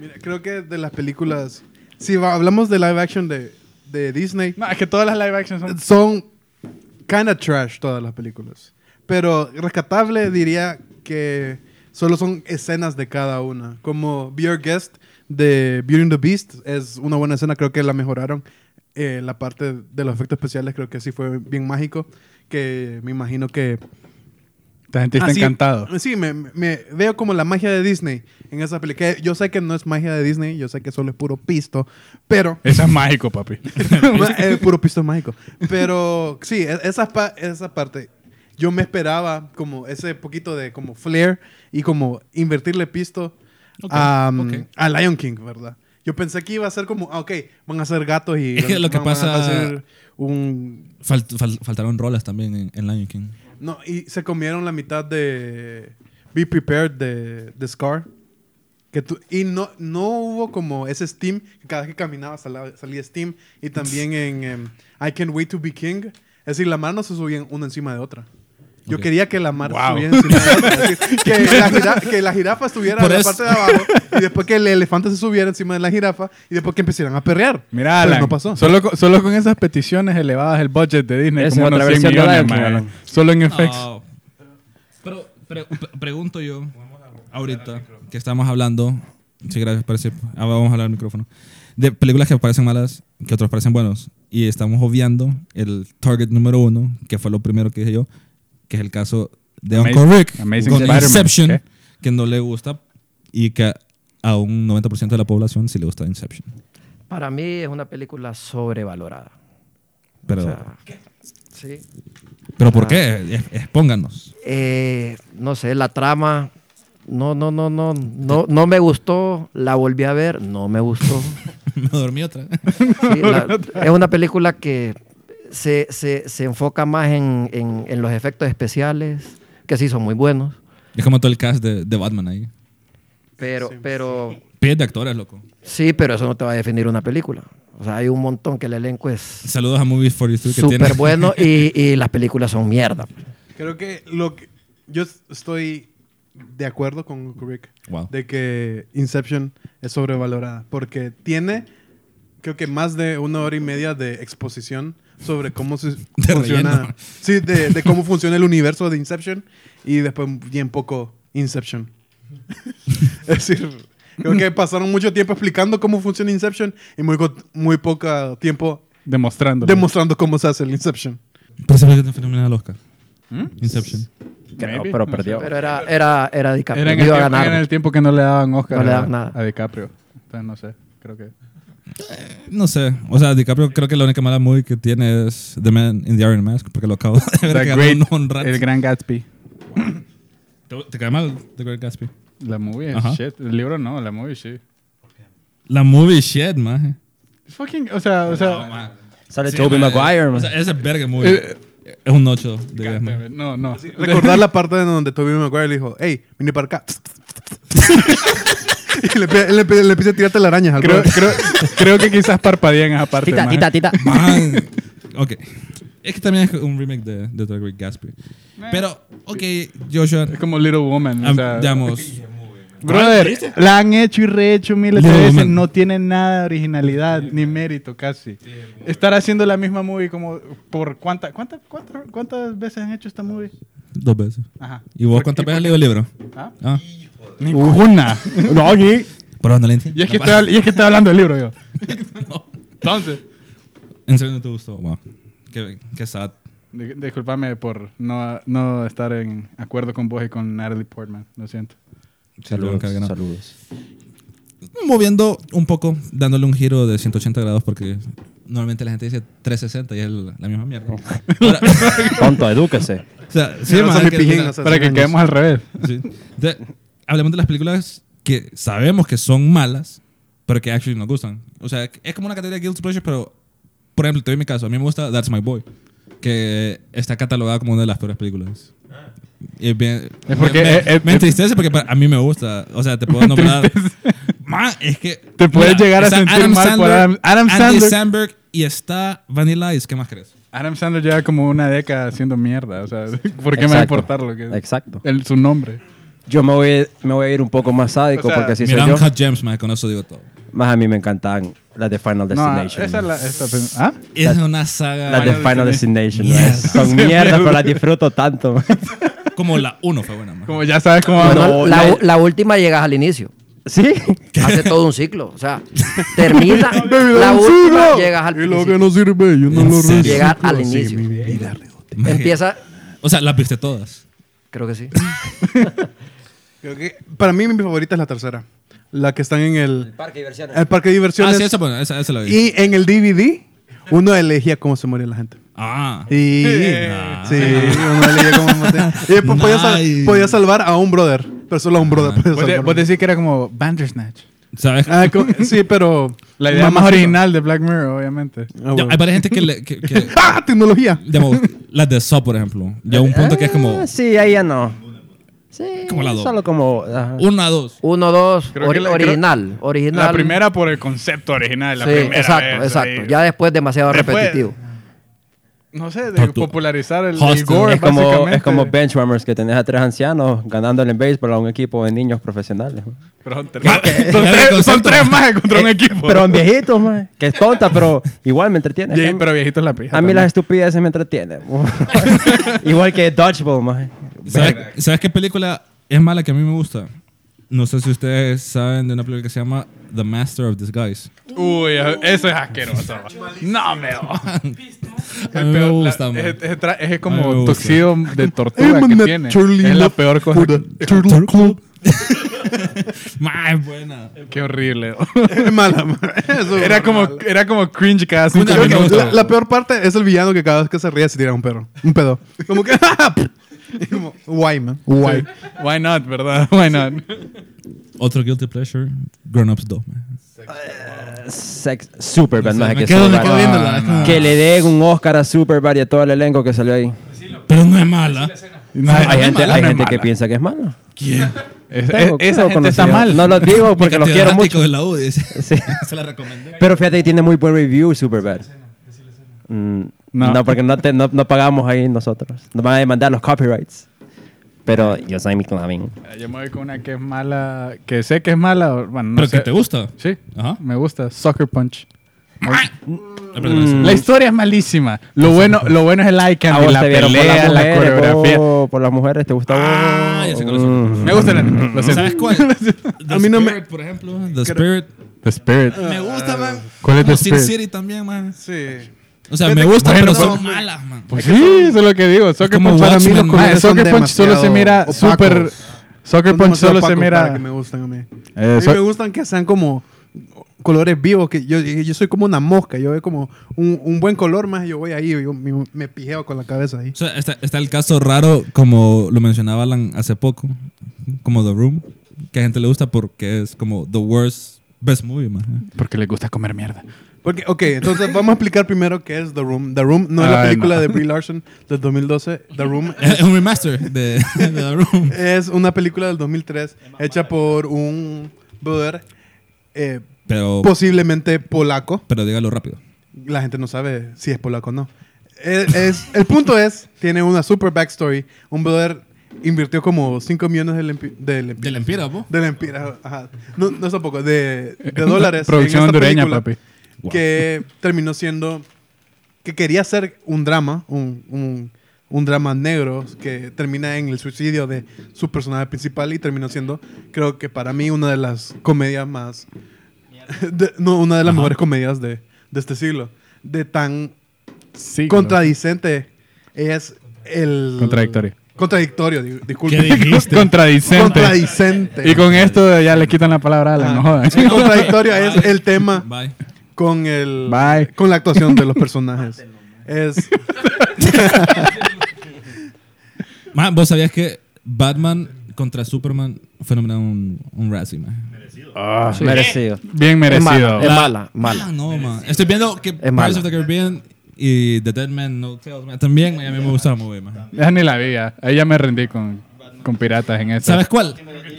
S4: Mira, creo que de las películas, si va- hablamos de live action de, de Disney,
S2: No, es que todas las live action son.
S4: son kinda trash todas las películas. Pero rescatable diría que solo son escenas de cada una. Como Be Your Guest de Beauty and the Beast es una buena escena, creo que la mejoraron. Eh, la parte de los efectos especiales creo que sí fue bien mágico, que me imagino que...
S2: Esta gente está
S4: Así-
S2: encantado.
S4: Sí, me, me veo como la magia de Disney en esa película. Yo sé que no es magia de Disney, yo sé que solo es puro pisto, pero...
S2: Eso es mágico, papi.
S4: Ma- eh, puro pisto mágico. Pero sí, e- esa, pa- esa parte. Yo me esperaba como ese poquito de como flair y como invertirle pisto
S1: Ok,
S4: a, um,
S1: ok.
S4: a Lion King, ¿verdad? Yo pensé que iba a ser como, ah, ok, van a ser gatos y
S1: Es que lo que
S4: van- van
S1: pasa-
S4: a hacer un...
S1: Fal- fal- faltaron rolas también en, en Lion King.
S4: No, y se comieron la mitad de Be Prepared de, de Scar. Que tú- y no, no hubo como ese Steam, que cada vez que caminaba sala- salía Steam. Y también en em, I Can't Wait to Be King. Es decir, la mano se subían una encima de otra. Yo
S1: Ok.
S4: quería que la mar
S2: Wow.
S4: subiera encima de la otra. Es decir, que, la jira- que la jirafa estuviera
S1: Por
S4: en la
S1: eso-
S4: parte de abajo y después que el elefante se subiera encima de la jirafa y después que empezaran a perrear.
S2: Mira,
S5: Pues,
S4: Pero
S2: Alan,
S4: no pasó.
S2: Solo, con, solo con esas peticiones elevadas el budget de Disney,
S3: Esa
S2: como
S3: es otra
S2: unos 100
S3: versión
S2: millones,
S3: de Lion King,
S2: mae.
S3: Alan.
S2: Solo en FX.
S1: No. Pero pre- pre- pregunto yo, ahorita que estamos hablando, sí, gracias, parece, ah, vamos a hablar al micrófono, de películas que parecen malas, que otros parecen buenos, y estamos obviando el target número uno, que fue lo primero que dije yo, que es el caso de
S2: Amaz-
S1: Uncle Rick,
S2: Amazing
S1: con
S2: Spider-Man,
S1: Inception,
S2: ¿qué?
S1: que no le gusta y que a un 90% de la población sí le gusta Inception.
S5: Para mí es una película sobrevalorada.
S1: Pero,
S5: O sea, sí.
S1: ah. ¿pero ¿por qué? Es- Expónganos.
S5: Eh, no sé, la trama No, no, no, no, no, no me gustó. La volví a ver, no me gustó.
S1: Me dormí otra.
S5: Sí, la- es una película que se, se- se enfoca más en, en- en los efectos especiales, que sí son muy buenos,
S1: Es como todo el cast de, de Batman ahí.
S5: pero, pero
S1: Pies de actores, loco.
S5: sí, pero eso no te va a definir una película. O sea, hay un montón que el elenco es
S1: Saludos a Movies 43 que tiene.
S5: súper bueno y, y las películas son mierda.
S4: Creo que lo que. Yo s- estoy de acuerdo con Rick
S1: Wow.
S4: de que Inception es sobrevalorada. Porque tiene, creo que más de una hora y media de exposición sobre cómo se
S1: relleno.
S4: funciona. Sí, de, de cómo funciona el universo de Inception. Y después bien poco Inception. es decir. Creo que pasaron mucho tiempo explicando cómo funciona Inception y muy, co- muy poco tiempo
S2: Demostrando.
S4: demostrando cómo se hace el Inception.
S1: Por eso fue tan fenomenal el Oscar.
S2: ¿Mm?
S1: Inception.
S3: Creo,
S2: Maybe,
S3: pero
S2: no
S3: perdió.
S5: Pero era, era, era DiCaprio,
S2: Era en, el
S5: iba a
S2: tiempo,
S5: ganar.
S2: era en el tiempo que no le daban Oscar
S5: No le
S2: a-
S5: daban nada.
S2: a, DiCaprio. Entonces no sé, creo que...
S1: No sé. O sea, DiCaprio creo que la única mala movie que tiene es The Man in the Iron Mask, porque lo acabo de ver
S2: The
S1: que ganó
S2: Great-
S1: un- un rat.
S2: el Gran Gatsby.
S1: ¿Te, te cae mal The Great Gatsby?
S2: La movie es
S1: Ajá.
S2: shit. El libro no, la movie sí.
S1: La movie shit, maje.
S2: It's fucking... O sea, o sea...
S3: Sale
S1: Sí,
S3: Tobey
S1: maje.
S3: Maguire.
S1: O
S3: man.
S1: sea, eh, ese es verga movie.
S2: Eh,
S1: es un 8 de 10, maje.
S2: no, no.
S4: Recordar la parte en donde Toby Maguire le dijo, hey, vine para acá. y le, pe- le, pe- le empieza a tirar telarañas al
S2: Creo,
S4: brother.
S2: creo, creo que quizás parpadean esa parte.
S5: Tita,
S2: maje.
S5: tita, tita.
S1: Man. Ok. Es que también es un remake de, de The Great Gatsby.
S2: Eh.
S1: Pero, ok, Joshua.
S2: Es como Little Woman. o
S1: am-
S2: sea-
S1: digamos.
S2: Brother, la han hecho y rehecho miles de
S1: Little
S2: veces.
S1: Woman.
S2: No tiene nada de originalidad ni mérito casi. Estar haciendo la misma movie como por cuánta, cuánta, cuánta- cuántas veces han hecho esta movie.
S1: Dos veces.
S2: Ajá.
S1: ¿Y vos
S2: ¿Por-
S1: cuántas
S2: por-
S1: veces has leído el libro?
S2: ¿Ah?
S1: Ah.
S2: Ninguna. no, y,
S1: Pero no le entiendo.
S2: y es que estoy, habl- y es que estoy hablando del libro yo.
S1: No.
S2: Entonces.
S1: En serio no te gustó. Wow. Qué, qué sad.
S2: di- Disculpame por no, no estar en acuerdo con vos y con Natalie Portman. Lo siento.
S1: Creo
S3: Saludos,
S1: que ganó.
S3: saludos.
S1: Moviendo un poco, dándole un giro de 180 grados porque normalmente la gente dice 360 y es la la misma mierda. Ahora-
S3: Tonto, edúquese.
S1: o sea, sí,
S4: Ya no
S1: man,
S4: son
S1: que-
S4: mis pijín,
S1: mira,
S4: o sea,
S2: Para que
S4: años.
S2: quedemos al revés.
S1: sí. Entonces, hablemos de las películas que sabemos que son malas, pero que actually nos gustan. O sea, es como una categoría de guilty pleasure, pero por ejemplo, te doy mi caso, a mí me gusta That's My Boy, que está catalogada como una de las peores películas. Y es bien-
S2: Es porque-
S1: me,
S2: eh, eh,
S1: me entristece porque para- a mí me gusta. O sea, te puedo nombrar. Man, es que.
S2: Te puedes llegar a
S1: está
S2: sentir mal por Adam- Adam
S1: Andy
S2: Sandler.
S1: Samberg y está Vanilla Ice. ¿Qué más crees?
S2: Adam Sandler lleva como una década haciendo mierda. O sea, ¿por qué me va a
S3: Exacto.
S2: importar lo que es?
S3: Exacto.
S2: El, su nombre.
S3: Yo me voy, me voy a ir un poco más sádico
S2: O sea,
S3: porque así
S1: Mira,
S3: soy yo.
S1: I'm Hot Gems, man, con eso digo todo.
S3: Más a mí me encantan las de Final
S2: No,
S3: Destination.
S2: esa es la. esta- ¿Ah?
S1: Es una saga
S3: Las de Final Destination.
S1: Yes.
S3: ¿no? Son mierda, pero las disfruto tanto.
S1: como la 1 fue buena, man.
S2: Como ya sabes cómo
S5: Bueno,
S3: No,
S5: la,
S3: la-
S5: la última llegas al inicio.
S3: ¿Sí?
S5: Hace todo un ciclo. O sea, termina la
S4: Sí,
S5: última,
S4: bro.
S5: llegas al
S4: Y lo
S5: principio.
S4: que no sirve, yo no
S1: ¿En
S4: lo
S1: serio?
S4: reciclo,
S5: Llegar al
S4: así
S5: inicio.
S4: Este, mi vida.
S1: Man,
S5: Empieza,
S1: O sea, las viste todas.
S5: creo que sí.
S4: Creo que para mí mi favorita es la tercera. La que están en el,
S3: Parque diversiones.
S4: el parque de
S1: Ah,
S4: diversiones.
S1: sí, esa, bueno, esa, esa la vi.
S4: y en el DVD, uno elegía cómo se moría la gente.
S1: Ah.
S4: Y,
S1: Nah.
S4: sí, uno elegía cómo moría. Y después podía, sal-
S1: Nice.
S4: podía salvar a un brother, pero solo a un brother. podía
S2: Vos, de-
S4: salvar.
S2: vos decís que era como Bandersnatch.
S1: ¿Sabes?
S4: Ah, co- sí, pero
S2: La idea más
S4: mamacito.
S2: original de Black Mirror, obviamente.
S4: Ah,
S1: Ya,
S4: bueno.
S1: hay varias gente que... le- que- que-
S4: ¡Ah! Tecnología.
S1: digamos, las de Saw, por ejemplo. Llega un punto que es como...
S3: Ah, Sí, ahí ya no. Sí,
S1: Como la dos.
S3: solo como... ajá.
S1: Una, dos.
S5: Uno, dos,
S2: Creo
S5: ori-
S2: que la- creo-
S5: original, original.
S2: La primera por el concepto original. La
S5: sí,
S2: primera
S5: exacto,
S2: vez,
S5: exacto.
S2: ahí.
S5: Ya después demasiado
S2: Después-
S5: repetitivo.
S2: No sé, de
S1: Hostel.
S2: popularizar el,
S1: Hostel.
S2: el gore,
S1: pues,
S3: Es como,
S2: básicamente.
S3: es como Benchwarmers, que tenés a tres ancianos ganándole en béisbol a un equipo de niños profesionales.
S2: Pero son tres-
S1: ¿Qué?
S2: son
S1: Ya
S2: tres-
S1: el
S2: son
S1: concepto.
S2: tres más contra un
S3: Eh,
S2: equipo.
S3: Pero en viejitos, man. Que es tonta, pero igual me entretiene.
S2: Yeah, pero viejito es la pija.
S3: a mí
S2: también.
S3: las estupideces me entretienen. igual que Dodgeball, man.
S1: ¿Sabes, sabes qué película es mala que a mí me gusta? No sé si ustedes saben de una película que se llama The Master of Disguise.
S2: Uy, eso es asqueroso. no, me
S1: A mí me gusta, man.
S2: Es,
S1: A mí me
S2: como
S1: gusta.
S2: tuxido de tortuga que tiene. Es la peor cosa.
S4: Turtle Club.
S1: Ma, es buena.
S2: Qué horrible.
S4: Es mala, man. Eso es
S2: Era como,
S4: mala.
S2: era como cringe cada
S1: Una
S2: cinco
S1: vez que
S2: minutos.
S1: me
S4: La, la peor parte es el villano que cada vez que se ríe se tira un perro. Un pedo. Como que. Como, Why, man.
S2: Why? Why not, ¿verdad? Why not?
S1: Otro guilty pleasure, Grown Ups 2. man.
S3: Sex,
S1: No
S3: Superbad,
S1: sé,
S3: maje,
S1: me
S3: que
S1: quedo- me
S3: Superbad.
S1: quedo viéndola, es como-
S3: Que le den un Oscar a Superbad y a todo el elenco que salió ahí.
S1: Pero no es mala.
S3: Hay gente, hay
S2: no es
S3: gente que
S2: mala.
S3: piensa que es mala.
S1: ¿Quién?
S2: Es- es-
S3: Tengo-
S2: E, esa
S3: tengo
S2: gente está
S3: conocido.
S2: mal.
S3: No lo digo porque los quiero mucho.
S1: Catedrático de la U, dice.
S3: Sí.
S1: Se la recomendé.
S3: Pero fíjate que tiene muy buen review Superbad. Mm,
S2: No.
S3: no. porque no, te- no, no pagamos ahí nosotros. Nos van a demandar los copyrights. Pero yo soy mi clavin.
S2: Yo me voy con una que es mala, que sé que es mala. Bueno, no
S1: Pero
S2: sé.
S1: que te gusta.
S2: Sí,
S1: Ajá.
S2: me gusta. Soccer Punch. Ah.
S1: Mm.
S2: La historia es malísima. Lo bueno, lo bueno es el like
S3: A Ah, vos
S2: Ah, la
S3: te vieron por las
S2: pelea, la
S3: mujeres,
S2: coreografía.
S3: vos, por las mujeres, ¿te gusta?
S1: Ah,
S3: vos?
S1: ya sé cuáles son.
S3: Mm.
S2: Me gusta la. Lo sé.
S1: ¿Sabes cuál? The
S4: A mí no me- Ah.
S1: Spirit, por ejemplo. The Spirit.
S2: The Spirit.
S1: Me gusta, man.
S2: ¿Cuál es The
S1: Como Sin
S2: Spirit?
S1: City también, man.
S4: Sí.
S1: O sea,
S4: Fíjate
S1: me
S4: que-
S1: gusta,
S2: Bueno,
S1: pero
S2: bueno,
S1: son
S4: bueno.
S1: malas, man.
S2: Pues sí, eso es lo que digo. Soccer
S1: como
S2: Punch para mí
S1: Watchmen,
S2: los
S1: man.
S2: colores
S4: Ah,
S2: son Soccer Punch
S4: demasiado
S2: solo se mira
S4: opacos.
S2: súper. Soccer
S4: Son
S2: Punch
S4: demasiado
S2: solo se
S4: opacos para
S2: mira.
S4: Que me gustan a mí.
S2: Eh,
S4: A mí
S2: so-
S4: me gustan que sean como colores vivos, que yo, yo soy como una mosca, yo veo como un, un buen color más, yo voy ahí, yo me, me pijeo con la cabeza ahí.
S1: O sea, está, está el caso raro, como lo mencionaba Alan hace poco, como The Room, que a gente le gusta porque es como the worst, best movie, man.
S2: Porque le gusta comer mierda.
S4: Porque, ok, entonces vamos a explicar primero qué es The Room. The Room no es la
S2: Ay,
S4: película
S2: no.
S4: de Brie Larson del 2012, The Room
S1: Es un remaster de, de The Room.
S4: es una película del 2003 hecha por un brother eh,
S1: Pero,
S4: posiblemente polaco.
S1: pero dígalo rápido.
S4: La gente no sabe si es polaco o no. Es- es- el punto es, tiene una super backstory. Un brother invirtió como 5 millones de, lempi- de, lempi-
S1: Del Empira, po.
S4: de lempira, ajá. No, no es tampoco, de, de dólares.
S2: Producción
S4: en esta
S2: hondureña,
S4: película,
S2: papi.
S4: Que terminó siendo. Que quería hacer un drama, un, un- un drama negro que termina en el suicidio de su personaje principal y terminó siendo, creo que para mí, una de las comedias más. de- no, una de las mejores comedias de, de este siglo. De tan
S2: Sí.
S4: contradicente es el.
S2: Contradictorio.
S4: Contradictorio, di- disculpe.
S1: ¿Qué dijiste?
S2: Contradicente.
S4: Contradicente.
S2: Y con esto ya le quitan la palabra a la no
S4: Ah,
S2: jodan.
S4: sí, contradictorio es el tema
S1: Bye.
S4: con el
S2: Bye.
S4: con la actuación de los personajes. es
S1: Ma, vos sabías que Batman contra Superman fue nominado un, un Razzie, man.
S3: Merecido.
S2: Bien merecido.
S5: Es mala, mala.
S1: Ah, no, man. Estoy viendo que Pirates
S5: mala.
S1: of the Caribbean y The Dead Man No Tales, man, También man, a mí me gustaba muy bien, man.
S2: Esa ni la vi. ya. Ahí ya me rendí con, con piratas en esta.
S1: ¿Sabes cuál?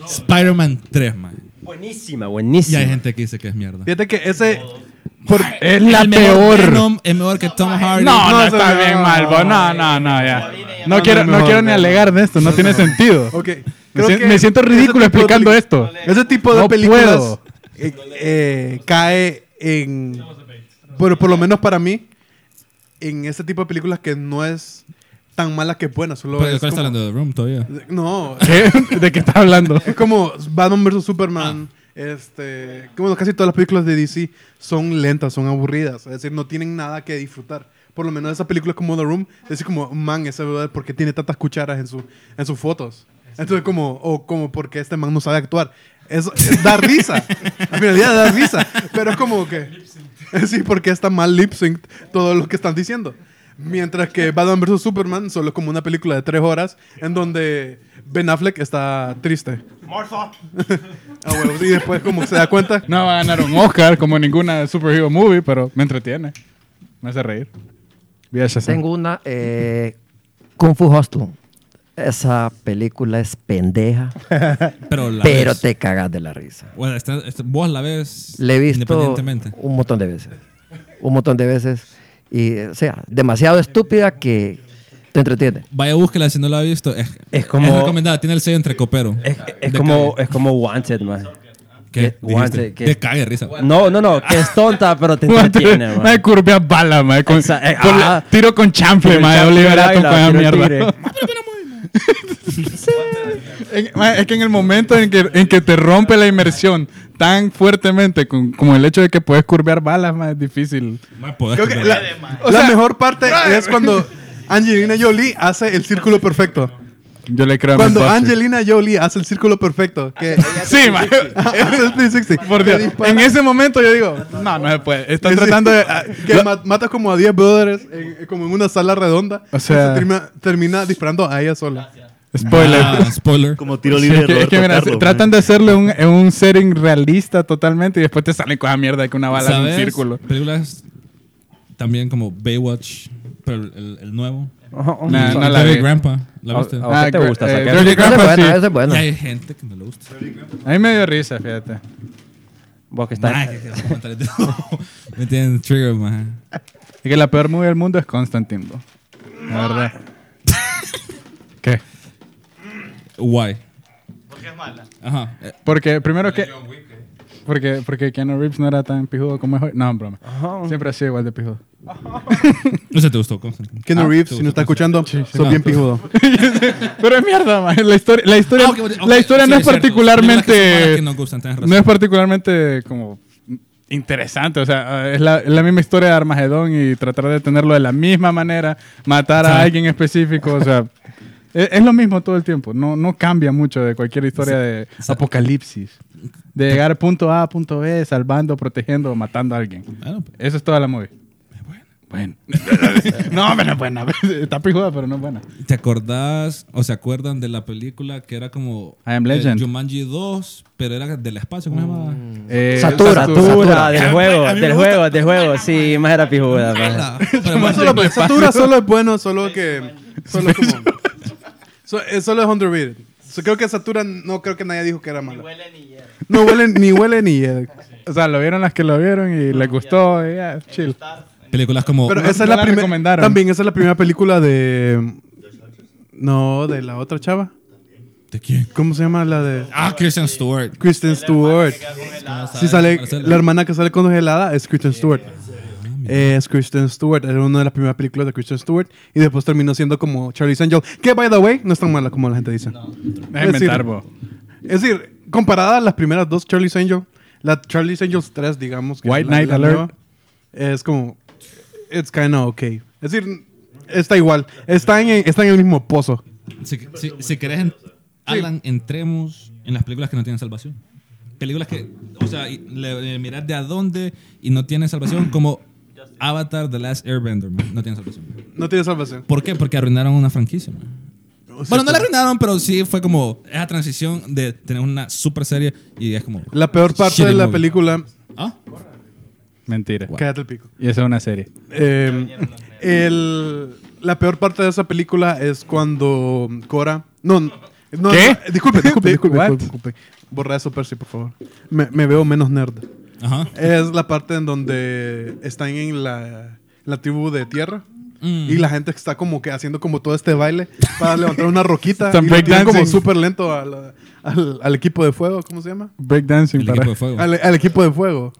S1: Spider-Man 3, man.
S3: Buenísima,
S1: Y
S3: buenísima.
S1: hay gente que dice que es mierda.
S4: fíjate que ese por-
S2: Es la
S1: El mejor
S2: peor.
S1: Venom es mejor que Tom Hardy.
S2: No, no,
S4: No,
S2: está
S4: no,
S2: bien
S4: no,
S2: mal, bo. No, no, no, ya. No quiero, no quiero ni alegar de esto, no tiene sentido.
S4: Ok,
S2: Me,
S4: creo
S2: sien-
S4: que
S2: me siento
S4: ese
S2: ridículo
S4: tipo de
S2: explicando
S4: peli-
S2: esto.
S4: Ese tipo de
S2: No
S4: películas
S2: puedo.
S4: eh, eh, cae en bueno, por lo menos para mí en ese tipo de películas que no es tan mala que buena, solo
S1: Pero
S4: es
S1: ¿cuál está
S4: como-
S1: hablando de The Room todavía?
S4: No,
S2: ¿Qué? ¿De qué está hablando?
S4: Es como Batman vs Superman. Este, que, bueno, casi todas las películas de DC son lentas, son aburridas. Es decir, no tienen nada que disfrutar. Por lo menos esas películas como The Room, es decir, como, man, ese brother, ¿por qué tiene tantas cucharas en, su, en sus fotos? Entonces, como, o como, ¿por qué este man no sabe actuar? Eso es- da risa. Al final del día da risa. Pero es como que. Sí, porque está mal lip sync todo lo que están diciendo. Mientras que Batman vs. Superman solo es como una película de tres horas en donde Ben Affleck está triste. Ah, bueno, y después como se da cuenta.
S2: No va a ganar un Oscar como ninguna superhero movie, pero me entretiene. Me hace reír. Vi a Shazam.
S5: Tengo una, eh, Kung Fu Hostel. Esa película es pendeja,
S1: Pero la
S5: pero
S1: ves.
S5: te cagas de la risa.
S1: Bueno, está- está- vos la ves
S5: Le he visto
S1: independientemente.
S5: un montón de veces. Un montón de veces. Y, o sea, demasiado estúpida que te entretiene.
S1: Vaya, búsquela si no la has visto. Es,
S3: Es como-
S1: es recomendada, tiene el sello entre copero.
S3: Es, es
S1: De
S3: como,
S1: cague.
S3: es como Wanted, man.
S1: ¿Qué?
S3: que- guante,
S1: Dijiste,
S3: que-
S1: Te cague de risa.
S3: No, no, no, que es tonta, pero te entretiene,
S2: Me
S3: man.
S2: curvia bala, mae, con-
S3: Exa- eh,
S2: con la-
S3: ah.
S2: tiro con chanfle,
S3: Tiro
S2: mae,
S3: chanfle,
S2: Oliver
S3: baila,
S2: Atom con esa
S3: tiro
S2: mierda.
S3: tigre.
S2: En- mae, es que en el momento en que, en que te rompe la inmersión tan fuertemente, con, como el hecho de que puedes curvear balas, mae, es difícil.
S1: Ma, podés
S4: Creo que
S1: creer.
S4: la, la mejor parte es cuando Angelina Jolie hace el círculo perfecto.
S2: Yo le creo a
S4: Cuando
S2: Mel Brooks.
S4: Angelina Jolie hace el círculo perfecto. Que,
S2: Sí, mae.
S4: hace el 360.
S2: Por Dios.
S4: Que dispara-
S2: En ese momento yo digo, no, no se puede. Están
S4: Sí.
S2: tratando de. ah,
S4: Que ma- mata como a 10 brothers en- como en una sala redonda.
S2: O sea-
S4: Y se termina, termina disparando a ella sola.
S2: Spoiler.
S1: Ah, spoiler.
S7: Como tiro
S2: Sí,
S7: libre
S2: es que-
S7: de
S2: es que, mira,
S7: Roberto Carlos,
S2: tratan de hacerle un, en un setting realista totalmente y después te salen con esa mierda de que una bala en un
S1: ¿Sabes?
S2: círculo.
S1: Películas también como Baywatch, pero el, el nuevo.
S2: Nah, Ah, no la
S1: Dirty
S2: vi. Oh,
S1: Grandpa, ¿la
S3: Ah,
S1: viste?
S3: ah. ¿A vos qué te
S2: gra-
S3: gusta,
S2: eh,
S3: Saqueo?
S2: Dirty
S5: Esa es
S2: Grandpa,
S5: buena,
S2: sí.
S5: esa es buena.
S1: Y hay gente que no le gusta.
S2: A mí me dio risa, fíjate.
S3: Vos que estás.
S1: Nah, que- que los pantalones- Me tienen trigger, man.
S2: Y que la peor movie del mundo es Constantine, bro. La verdad. ¿Qué?
S1: Why? Porque es mala. Ajá. Eh,
S2: Porque primero que... Porque, porque Keanu Reeves no era tan pijudo como es hoy. No, broma. Siempre ha sido igual de pijudo.
S1: No sé, te gustó, Constantine.
S4: Kenny
S1: Ah,
S4: Reeves,
S1: te
S4: si no
S1: gustó,
S4: está escuchando, sos
S1: Ah,
S4: bien
S1: tú-
S4: pijudo.
S2: Pero es mierda, man. La historia, la historia,
S1: Ah, ok, ok,
S2: la historia
S1: sí,
S2: no es
S1: es cierto. Películas que son malas
S2: particularmente...
S1: que nos gustan, tenés razón.
S2: no es particularmente como interesante. O sea, es la, es la misma historia de Armagedón y tratar de tenerlo de la misma manera, matar a
S1: Sí.
S2: alguien específico. O sea, e-, es, es lo mismo todo el tiempo. No, no cambia mucho de cualquier historia de apocalipsis. De llegar a punto A a punto B, salvando, protegiendo o matando a alguien.
S1: Ah, no, pues.
S2: Eso es toda la movie. Bueno. no, pero es buena. Está pijuda, pero no es buena.
S1: pues, ¿Te acordás o se acuerdan de la película que era como
S2: I Am Legend.
S1: eh, Jumanji 2, pero era del espacio, ¿cómo se llamaba?
S2: Eh,
S5: Satura,
S3: Satura, del
S1: Ah,
S3: juego,
S1: a mí me
S3: del
S1: gusta.
S3: juego, del juego. Sí, más era pijuda.
S1: Ala,
S3: man.
S1: pero bueno,
S4: Solo, pues, Satura solo es bueno, solo que. Solo es como. so- eh, solo es underrated. So, creo que Satura no creo que nadie dijo que era mala. No huele ni huele ni hiede.
S2: O sea, lo vieron las que lo vieron y les gustó. y ya, chill.
S1: películas como
S4: Pero
S2: No, no
S4: esa es la,
S2: la
S4: primera.
S2: recomendaron.
S4: También esa es la primera película de. No, de la otra chava.
S1: ¿De quién?
S4: ¿Cómo se llama la de
S1: Ah, Christian Stewart.
S4: Kristen Stewart? Si sale la hermana que sale congelada es Kristen Stewart. Eh, Es Kristen Stewart, era una de las primeras películas de Kristen Stewart y después terminó siendo como Charlie's Angel, que by the way no es tan mala como la gente dice.
S2: Déjame
S4: Es decir,
S2: inventar, bo.
S4: Es decir, comparada a las primeras dos Charlie's Angel, la Charlie's Angels 3, digamos. que
S2: White
S4: es la-
S2: Knight
S4: la
S2: Alert.
S4: nueva, Es como. It's kind of okay. Es decir, está igual. Están en, están en el mismo pozo.
S1: Si, si, si querés, en- Alan, entremos en las películas que no tienen salvación. Películas que, o sea, y le, le mirás de a dónde y no tienen salvación, como Avatar The Last Airbender, man. no tiene salvación.
S4: No tiene salvación.
S1: ¿Por qué? Porque arruinaron una franquicia. man. Bueno, no la arruinaron, pero sí fue como esa transición de tener una super serie y es como...
S4: La peor parte
S1: Shitty
S4: de la
S1: movie.
S4: película.
S1: ¿Ah?
S2: Mentira.
S4: Cállate el pico.
S2: Y esa es una serie.
S4: Eh, el- la peor parte de esa película es cuando Cora. No, no. no,
S2: ¿Qué?
S4: no, disculpe, disculpe, disculpe,
S2: What?
S4: disculpe, disculpe. Borra eso, Percy, por favor. Me, me veo menos nerd.
S1: Ajá.
S4: Es la parte en donde están en la, la tribu de tierra.
S2: Mm.
S4: Y la gente que está como que haciendo como todo este baile para levantar una roquita.
S2: Están
S4: y lo tiran como
S2: breakdancing.
S4: súper lento a la- al, al equipo de fuego. ¿Cómo se llama?
S2: Breakdancing.
S1: El
S2: para-
S1: equipo de fuego.
S4: Al, al equipo de fuego.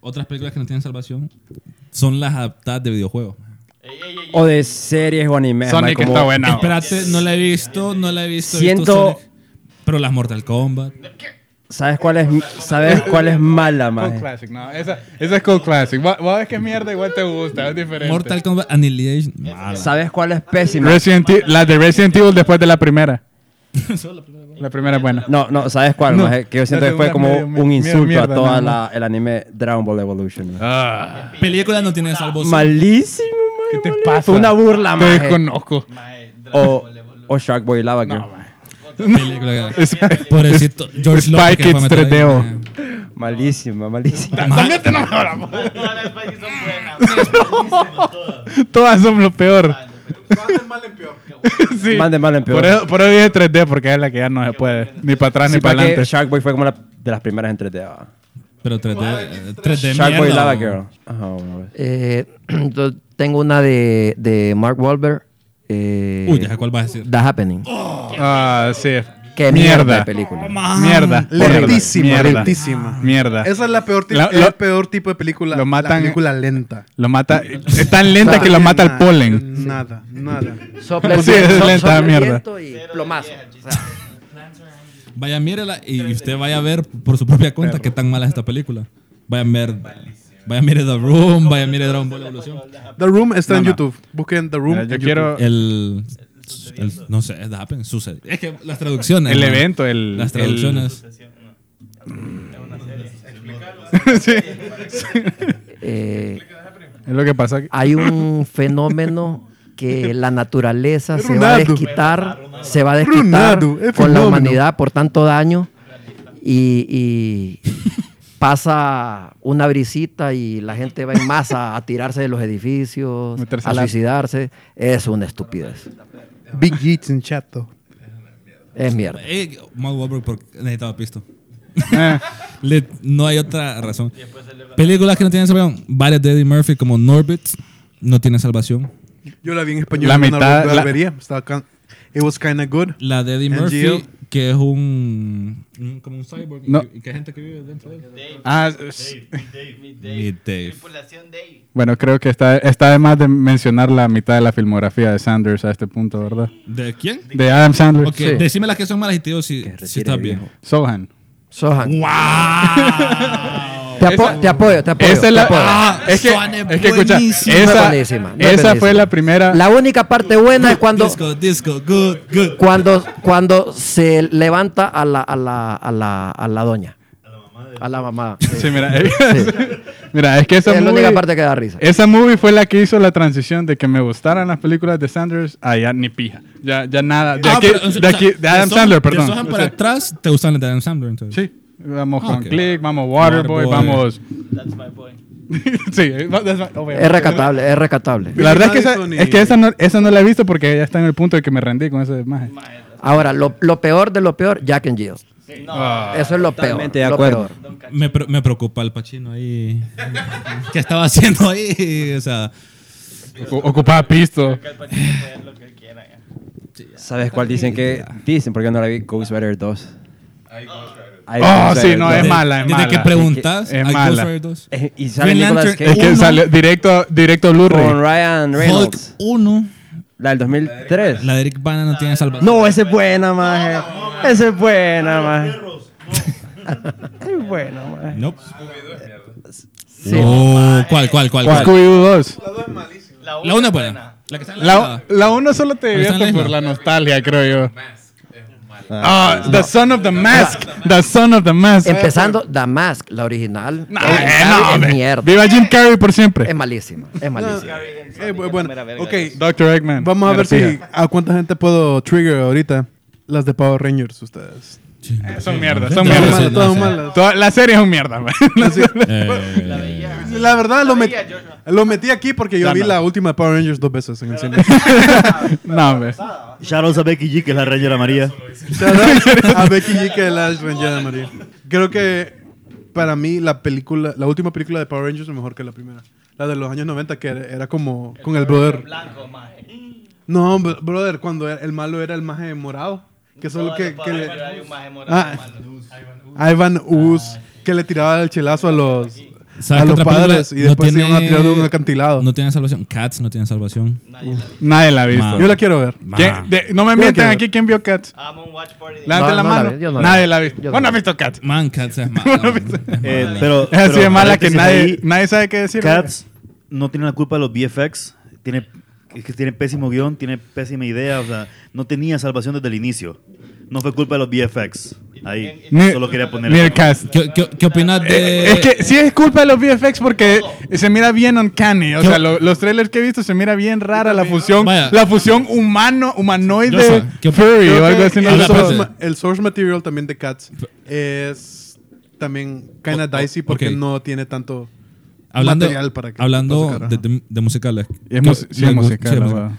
S1: Otras películas que no tienen salvación son las adaptadas de videojuegos.
S3: O de series o anime.
S2: Sonic está buena. bo.
S1: Espérate, no la he visto, no la he visto. he
S3: Siento-
S1: visto Sonic, pero las Mortal Kombat.
S3: ¿Sabes cuál es, ¿sabes cuál es mala,
S2: Cold
S3: man?
S2: Classic, no. Esa, esa es Cold Classic. Vos vos ves que es mierda, igual te gusta. Es diferente.
S1: Mortal Kombat Annihilation. Mala.
S3: ¿Sabes cuál es pésima?
S2: Resident E- la de Resident Evil después de la primera. la primera es buena.
S3: No, no, ¿sabes cuál?
S2: No.
S3: maje? Que yo siento
S2: La
S3: que fue como
S2: segunda medio-
S3: un
S2: medio
S3: insulto a
S2: mierda,
S3: todo
S2: no,
S3: el anime Dragon Ball Evolution. man.
S1: Ah, Película no tiene salvación.
S3: Malísimo, man,
S2: ¿Qué te
S3: malísimo.
S2: pasa?
S3: Fue una burla,
S2: Ah, Te
S3: maje.
S2: desconozco.
S3: O, o Shark Boy Lava Girl.
S1: Película que- Pobrecito George
S2: Spy
S1: López. que fue
S2: Kids
S1: a meter ahí,
S2: 3DO.
S1: man.
S3: malísima, malísima.
S2: También te no Todas son lo peor. Sí.
S3: Más de mal en peor.
S2: Por eso, por eso dije 3D, porque es la que ya no se puede. Ni para atrás
S3: Sí,
S2: ni para
S3: porque
S2: adelante.
S3: Shark Boy fue como la, de las primeras en 3D. ah.
S1: Pero 3D. eh, 3D
S3: Shark Boy
S1: mierda,
S3: Lava
S1: man.
S3: Girl. Ajá, bueno, pues.
S5: Eh, yo tengo una de, de Mark Wahlberg. eh,
S1: Uy, ya sé cuál vas a decir.
S5: The Happening.
S2: Ah, sí.
S5: Qué mierda. de película.
S2: Mierda.
S4: Lentísima,
S2: Mierda.
S4: lentísima.
S2: Mierda.
S4: Esa es la peor ti-
S2: La-
S4: el
S2: lo-
S4: peor tipo de película.
S2: Lo matan-
S4: La película lenta.
S2: Lo mata. Es tan lenta que lo mata el
S4: Na-
S2: polen.
S4: Nada, nada.
S5: Sopla
S2: Sí, es
S5: so-
S2: lenta,
S5: sopla el
S2: mierda.
S5: viento y plomazo. O sea,
S1: Vaya, mírela y usted vaya a ver por su propia cuenta qué tan mala es esta película. Vaya a ver. Vaya a mirar The Room, vaya a mirar Dragon Ball Evolution.
S4: The Room está
S2: No,
S4: en
S2: no.
S4: YouTube. Busquen The Room.
S2: Mira,
S4: en
S2: Yo
S4: YouTube.
S2: quiero
S1: El. el- no sé, The Happen, sucede. Es que las traducciones.
S2: el
S1: man.
S2: evento, el.
S1: Las
S2: el-
S1: traducciones.
S2: Sí.
S5: eh,
S2: Es lo que pasa. aquí.
S5: Ah. hay un fenómeno que la naturaleza se va a
S4: Ronaldo.
S5: desquitar, se va a desquitar
S4: Ronaldo, es
S5: con la
S4: fenómeno.
S5: humanidad por tanto daño y, y pasa una brisita y la gente va en masa a tirarse de los edificios,
S2: Meterse
S5: a
S2: a la-
S5: suicidarse. Es una estupidez.
S4: Big Yeats en chato.
S5: Es mierda.
S1: Eh, Mark Wahlberg porque necesitaba pisto.
S2: Eh,
S1: Le- no hay otra razón. Películas que no tienen salvación. Varias de Eddie Murphy como Norbit no tiene salvación.
S4: Yo la vi en español.
S2: La
S4: en una
S2: mitad- la-
S4: barbería. Estaba can- It was kinda good.
S1: La de Eddie
S4: And
S1: Murphy,
S4: Jill.
S1: que es un, un- como un cyborg y
S2: No.
S1: que- y que hay gente que vive dentro de él.
S2: ah, s-
S1: Meet Dave.
S2: bueno, creo que está, está de más de mencionar la mitad de la filmografía de Sanders a este punto, ¿verdad?
S1: ¿De quién?
S2: De Adam Sandler.
S1: Ok, decime las que son malas y te digo si,
S5: Que
S1: si
S5: retire,
S1: estás
S5: viejo.
S1: bien.
S2: Sohan.
S5: Sohan.
S1: ¡Wow!
S5: Te, apo-
S2: Esa-
S5: te apoyo, te apoyo.
S2: Esa
S5: te
S2: es la.
S5: apoyo.
S1: Ah,
S2: es que,
S1: Sohan es
S2: es que escucha,
S1: buenísima.
S5: No es
S2: esa,
S5: buenísima, no es
S2: esa
S5: buenísima.
S2: fue la primera.
S5: La única parte buena es cuando,
S1: Disco, disco, good, good. Ah,
S5: cuando, cuando se levanta a la, a la, a la, a la doña. A la mamá.
S2: Sí, mira, eh, mira, es que esa
S5: Esa es la única
S2: movie-
S5: parte que da risa.
S2: Esa movie fue la que hizo la transición de que me gustaran las películas de Sanders a ya ni pija. Ya, ya nada. De,
S1: Ah,
S2: aquí,
S1: pero, o sea,
S2: de, aquí- de Adam
S1: Sohan-
S2: Sandler,
S1: De Sohan
S2: perdón.
S1: para atrás, te gustan las de Adam Sandler, entonces.
S2: Sí, vamos
S1: Ah,
S2: con
S1: ok.
S2: Click, vamos Waterboy,
S1: Waterboy.
S2: vamos. sí, eh, that's my- oh,
S5: Es rescatable, es rescatable.
S2: La verdad es que, esa,
S4: Madison y-
S2: es que esa, no, esa no la he visto porque ya está en el punto de que me rendí con esa imagen.
S5: Ahora, lo, lo peor de lo peor, Jack and Jill.
S2: Ah.
S5: Eso es lo peor.
S3: Totalmente de
S5: lo
S3: acuerdo.
S5: peor.
S1: Me, pre- me preocupa el Pachino ahí. ¿Qué estaba haciendo ahí? O sea,
S2: O- Ocupaba pisto.
S3: ¿Sabes cuál dicen que dicen? Porque yo no la vi Ghost Rider 2. Hay
S2: Oh,
S3: Ghost
S2: sí,
S3: Rider
S2: no,
S3: 2.
S2: es mala, es
S1: Desde
S2: mala.
S1: que preguntas,
S2: Es
S1: hay
S2: mala.
S1: Ghost Rider 2.
S3: Eh, Y sale
S1: Green
S3: Nicolas
S1: Lantern
S3: Cage
S2: Es que
S1: Uno.
S2: sale directo, directo
S3: con
S2: Blu-ray.
S3: Ryan
S1: Hulk
S3: Reynolds.
S1: 1,
S3: La del 2003.
S1: la de Eric Bana no tiene salvación.
S3: No, esa es buena, maje. Esa es buena, maje. Es buena, maje.
S1: Nope.
S5: Sí.
S1: Oh, ¿cuál, cuál, cuál, cuál?
S2: Scooby-Doo 2.
S1: La una es buena. La que está en la
S2: La, la uno solo te
S1: Ahí está
S2: divierte
S1: la
S2: por
S1: isla.
S2: la nostalgia, creo yo. Ah, The Son of the Mask. The Son of the Mask.
S5: Empezando, The Mask, la original.
S2: No,
S5: es,
S2: eh, no,
S5: es
S2: hombre.
S5: mierda. Em-
S2: Viva Jim Carrey por siempre.
S5: Es malísima. Es malísima.
S4: Eh, bu- bueno, ok.
S2: Doctor Eggman.
S4: Vamos a ver si
S2: Mira,
S4: a cuánta gente puedo trigger ahorita. Las de Power Rangers, ustedes.
S2: fija. Son mierdas, son
S1: No,
S4: Todas
S1: no
S2: mierdas.
S1: sé,
S4: malas,
S1: no
S4: todas
S1: sé.
S4: malas.
S2: Toda- la serie es un mierda, man.
S1: Eh,
S4: La verdad, lo, met- lo metí aquí porque yo
S2: Ya
S4: vi
S2: no.
S4: la última de Power Rangers dos veces en el cine.
S2: No, hombre.
S7: Shoutouts a Becky G, que es la Ranger Amarilla.
S4: Shout out a Becky G, que es la Ranger María. Creo que para mí la película, la última película de Power Rangers es mejor que la primera. La de los años 90, que era, era como con el brother. No, br- brother, cuando era- el malo era el maje morado. Que solo que, que le- Ah, Ivan Us, que le tiraba el chelazo a los,
S1: ¿sabes
S4: a
S1: qué
S4: los
S1: otra película
S4: padres y
S1: no
S4: después se iban a
S1: tiene-
S4: tirar de un acantilado.
S1: No tiene salvación. Cats no tiene salvación.
S2: Nadie la ha visto.
S1: Ma.
S4: Yo la quiero ver.
S2: ¿Quién- de- no me
S4: Yo
S2: mientan
S4: quiero.
S2: aquí quién vio Cats. Levanten
S5: No,
S2: la
S5: no la
S2: mano.
S5: vi, yo no la
S2: Nadie
S5: vi.
S2: la ha visto.
S5: Yo no
S2: Vos no
S5: la
S2: has
S5: vi.
S2: visto Cats.
S1: Man, Cats es malo. Es
S7: Eh,
S1: malo.
S7: pero,
S2: Es así
S7: pero
S2: de mala que
S7: paréntesis
S2: nadie,
S7: ahí,
S2: nadie sabe qué decir.
S7: Cats no tiene la culpa de los VFX. Tiene, es que tiene pésimo guión, tiene pésima idea. O sea, no tenía salvación desde el inicio. No fue culpa de los VFX. Ahí.
S2: Ni-
S7: Solo quería poner.
S2: Ni el Cats.
S1: ¿Qué, qué, qué opinas de.?
S2: Eh, es que sí es culpa de los VFX porque se mira bien uncanny. O sea, lo- los trailers que he visto se mira bien rara la fusión,
S1: Vaya.
S2: la fusión humano,
S1: Yo sé,
S2: humanoide,
S1: que-
S2: furry
S4: Creo
S2: o algo
S4: que
S2: así. no
S4: el,
S1: Ahora,
S2: sé.
S4: source,
S1: espérate.
S4: ma- el source material también de Cats es también kinda
S1: O- o-
S4: dicey porque
S1: ok.
S4: no tiene tanto
S1: hablando
S4: material para que-
S1: hablando
S4: para sacar,
S1: de,
S4: ajá.
S1: de- de musicales.
S2: Es mus- sí,
S1: Me
S2: es
S1: gu-
S2: musical,
S1: sí,
S2: la
S1: es
S2: verdad.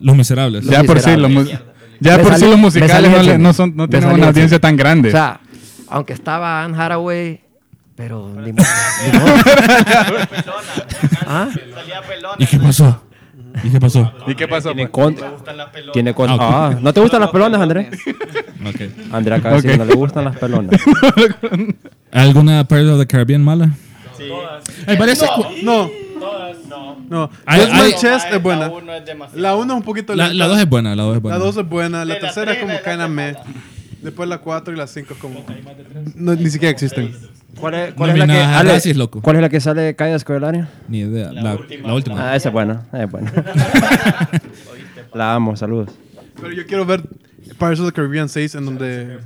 S1: Los Miserables.
S2: Ya por sí, los, mu- ya
S5: Me
S2: por
S5: salí-
S2: sí los
S5: me
S2: musicales
S5: salí
S2: no,
S5: del
S2: le-
S5: cine.
S2: no son, no
S5: Me
S2: tienen
S5: salí
S2: una
S5: del
S2: audiencia
S5: cine.
S2: tan grande.
S5: O sea, aunque estaba Anne Haraway, pero ni modo, ni modo. ¿Ah?
S1: ¿Y qué pasó? ¿Y qué pasó?
S2: ¿Y qué pasó?
S3: Tiene contra. Tiene contra.
S1: Ah,
S3: Ah, ¿no te gustan las pelonas, Andrés?
S1: Ok.
S3: Andrés acaba de
S2: Ok.
S3: decir que no le gustan las pelonas.
S1: ¿Alguna Pirates of the Caribbean mala? Hay varias secu-
S4: No. No.
S1: Hay-
S4: Just My
S1: hay-
S4: Chest es buena. La 1 es un poquito
S1: La,
S4: lenta.
S1: la dos es buena, la dos es buena.
S4: La 2 es buena. La tercera es como kinda meh. Después la 4 y la 5 es como... No, ni siquiera existen.
S3: ¿Cuál es,
S1: cuál es la que- Nominadas a Ale, Razzies, loco.
S3: ¿Cuál es la que sale de Calle Escolaria?
S1: Ni idea. La, la última. Ah.
S3: Ah, esa es buena. esa es buena. la amo, saludos.
S4: Pero yo quiero ver Pirates of the Caribbean 6 en donde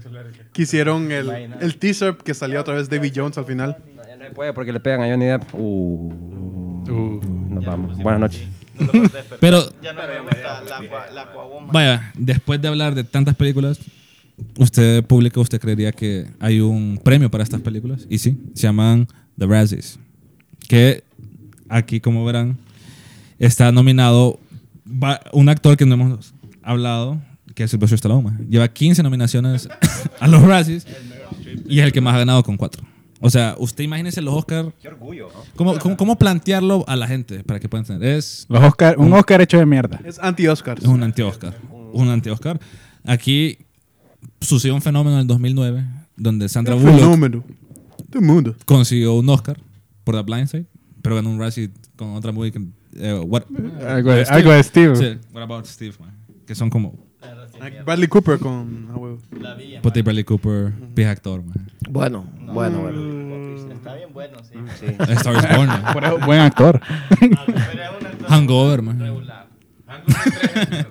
S4: quisieron el, el teaser que salió a través de David Jones al final.
S3: No puede porque le pegan a Johnny Depp. Uh, nos vamos. Buenas noches.
S1: Pero,
S8: Ya no vemos la, la, la, la Coahuoma.
S1: vaya, después de hablar de tantas películas, usted, público, usted creería que hay un premio para estas películas. Y sí, se llaman The Razzies. Que aquí, como verán, está nominado va- un actor que no hemos hablado, que es Silvestre Stallone. ma. Lleva 15 nominaciones a los Razzies y es el que más ha ganado con 4. O sea, usted imagínese los Oscar. Qué orgullo, ¿Cómo, cómo, cómo plantearlo a la gente para que puedan entender? Es
S2: Los Oscar, un Oscar hecho de mierda.
S4: Es anti-Oscars.
S1: es un anti-Oscar. Un anti-Oscar. Aquí sucedió un fenómeno en el 2009 donde Sandra
S4: Un
S1: Bullock
S4: fenómeno. Del mundo.
S1: consiguió un Oscar por The Blind Side, pero ganó un Razzie con otra movie que... eh, what,
S2: Algo de- algo de Steve.
S1: Sí, What About Steve, man. Que son como...
S4: Bradley Cooper con... ah, huevo.
S8: La vi, en-
S1: Puta, y Bradley Cooper, pija actor, man.
S5: Bueno, bueno, bueno.
S8: Está bien bueno, sí.
S1: A Star is Born, man.
S2: Por eso, buen actor.
S8: Pero es un actor
S1: Hangover, man.
S8: regular. Hangover 3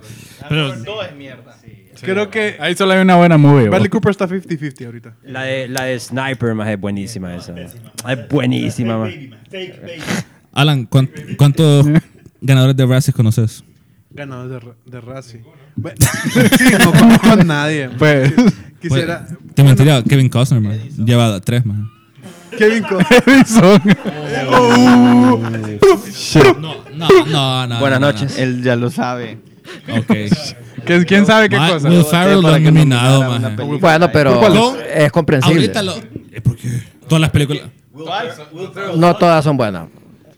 S1: Pero-
S8: es mierda. Sí.
S4: Creo que
S2: Ahí solo hay una buena movie.
S4: Bradley Cooper está 50-50 ahorita.
S3: La de, la de Sniper, más es buenísima esa. Es buenísima, más.
S7: Baby, man. Fake baby.
S1: Alan, ¿cuán- ¿cuántos ganadores de Razzies conoces?
S4: Ganador de, ra- de Razzie. Bueno, sí, no conozco a nadie. man.
S2: Pues,
S4: Quisiera...
S1: Pues, Te mentiría, Kevin Costner, man. Lleva tres, man.
S4: Kevin Co-
S2: Edison.
S1: No, no, no, no, no.
S3: Buenas
S1: no, no.
S3: noches.
S8: Él ya lo sabe.
S1: Ok.
S2: Que- ¿Quién sabe qué
S1: Ma-
S2: cosa?
S1: Will
S8: Voté
S1: Ferrell
S8: para que
S1: nominado,
S8: nominara una
S1: maje.
S8: película.
S5: Bueno, pero
S1: Con-
S5: es comprensible.
S1: Ahorita lo. eh, ¿Por qué? Todas las películas.
S7: Will Ferrell- Will Ferrell-
S5: No todas son buenas.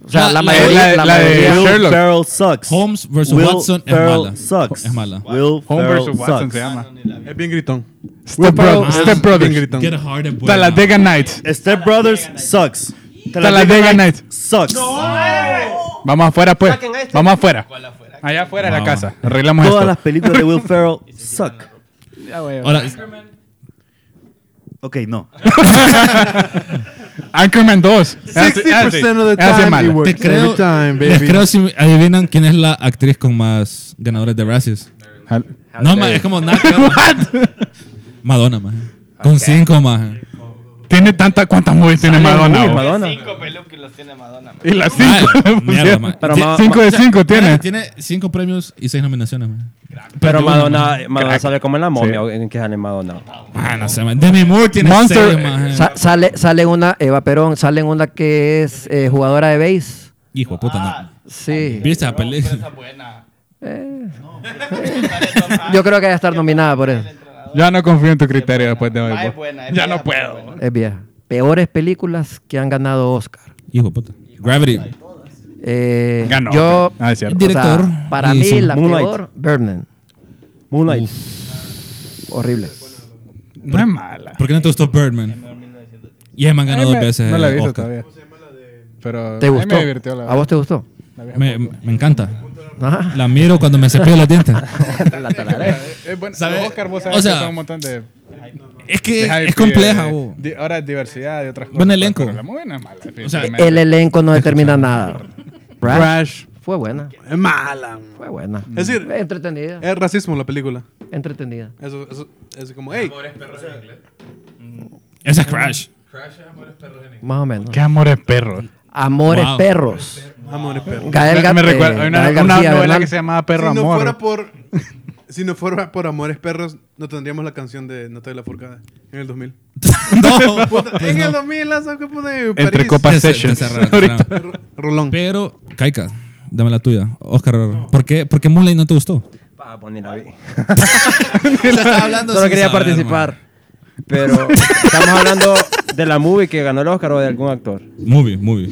S5: O sea,
S1: La-
S5: la,
S1: la-
S5: mayoría.
S2: la-
S5: la
S2: la de-
S5: mayoría-
S7: Eh, Will
S2: Eh, Sherlock.
S7: Ferrell sucks.
S1: Holmes versus
S7: Will
S1: Watson es
S7: Ferrell
S1: mala.
S7: Sucks.
S1: Es mala.
S7: Will
S2: Home
S7: Ferrell
S2: vs. Watson
S7: sucks.
S2: se llama.
S4: Es bien gritón.
S2: Step, Bro-
S1: Brothers.
S2: Step Brothers.
S4: Gritón.
S1: Get hard and
S2: Talladega Nights.
S7: Step Brothers sucks.
S2: Talladega Nights.
S7: sucks.
S2: Vamos afuera, pues.
S8: Saquen a este.
S2: Vamos afuera. Allá afuera de la
S1: Wow.
S2: casa. Arreglamos
S7: Todas las
S2: esto.
S7: películas de Will Ferrell suck.
S1: Ahora,
S7: Ok, no.
S2: Anchorman 2.
S4: 60% of the
S2: Hace
S4: time it
S2: mal.
S4: works.
S1: te creo.
S4: Every time, baby.
S1: les creo si me- adivinan quién es la actriz con más ganadores de Razzies. No, ma, es como nada. que ver, ma. Madonna, más. Con cinco, más.
S2: Tiene tanta cuántas movies tiene Madonna. vos?
S3: Madonna.
S8: Cinco películas tiene Madonna. man.
S2: Y las 5
S1: Mierda, ma.
S3: Pero
S1: Ti-
S3: ma-
S2: 5 de 5 tiene.
S1: Tiene cinco premios y seis nominaciones, ma.
S3: Pero
S1: Perdió
S3: Madonna,
S1: uno, ma.
S3: Madonna sale como en la momia. ¿En qué sale Madonna?
S1: Ah, no sé, ma. Demi Moore tiene
S2: Monster-
S1: seis, ma.
S5: sa- sale, sale una, Eva Perón, sale una que es eh, jugadora de base.
S1: Hijo de puta, no.
S5: Sí.
S1: ¿Viste esa
S8: Pero esa
S1: película?
S8: es buena.
S5: Yo creo que debe estar nominada por eso.
S2: Ya no confío en tu criterio después de hoy.
S8: Ah, es
S2: vos.
S8: buena, es
S2: Ya
S8: buena,
S2: no
S8: pero
S2: puedo.
S8: buena.
S5: Es vieja. Peores películas que han ganado Oscar.
S1: Hijo de puta. Gravity.
S5: Eh,
S2: Ganó.
S5: Yo,
S2: Ah, es cierto.
S5: o sea,
S1: Director
S5: para
S1: y
S5: mí
S1: su-
S5: la
S3: Moonlight.
S5: peor, Vernon.
S3: Moonlight.
S5: Horrible.
S2: No es mala.
S1: ¿Por qué no te gustó Birdman? Y Emma ganó dos veces.
S2: Eh, No la he
S1: el
S2: visto
S1: Oscar.
S2: todavía. Pero
S5: ¿Te
S2: a mí
S5: gustó?
S2: me divirtió la
S5: ¿A vos te gustó?
S1: Me, me encanta.
S5: Ajá.
S1: La miro cuando me cepillo los dientes.
S5: La talaré.
S2: Es Eh, bueno,
S1: ¿Sabe?
S2: los Oscar, vos sabés
S1: O sea,
S2: que son un montón de.
S1: Es que
S5: eh,
S2: de hype
S1: es
S2: y
S1: compleja,
S2: de-
S1: bo.
S2: de- Ahora es diversidad de otras cosas.
S1: Buen elenco.
S2: Pero la movie no es mala. definitivamente.
S5: El elenco no determina nada. Brad
S4: Crash.
S5: fue buena.
S4: Es mala. man.
S5: Fue buena.
S4: Es decir-
S5: entretenida.
S4: Es racismo la película.
S5: Entretenida.
S4: Eso, eso, es como, hey,
S1: Esa es Crash.
S5: Más o menos.
S2: Qué amores perros.
S5: Amores
S1: Wow.
S5: perros.
S4: amores, perro.
S5: Gael
S2: me,
S5: Gar-
S2: me
S5: eh,
S2: recuerda. Hay una,
S5: Gael
S2: una
S5: García
S2: novela
S5: Bernal.
S2: que se llamaba Perro
S4: si no
S2: Amor.
S4: fuera por si no fuera por amores perros no tendríamos la canción de Natalia Forcada en el 2000
S1: no.
S4: en el 2000 hasta que pude en
S2: Entre
S4: pues, París.
S2: copas
S1: Te cer- te
S2: sessions.
S1: cerraron, te
S2: Ahorita.
S1: cerraron.
S4: Rolón
S1: Pero, Kaika, dame la tuya. Oscar, ¿por qué, por qué Moonlight no te gustó?
S3: Ah, pues ni la vi.
S1: estaba hablando
S3: Solo
S1: sin
S3: quería
S1: saber,
S3: participar.
S1: man.
S3: Pero estamos hablando de la movie que ganó el Oscar o de algún actor.
S1: Movie, movie.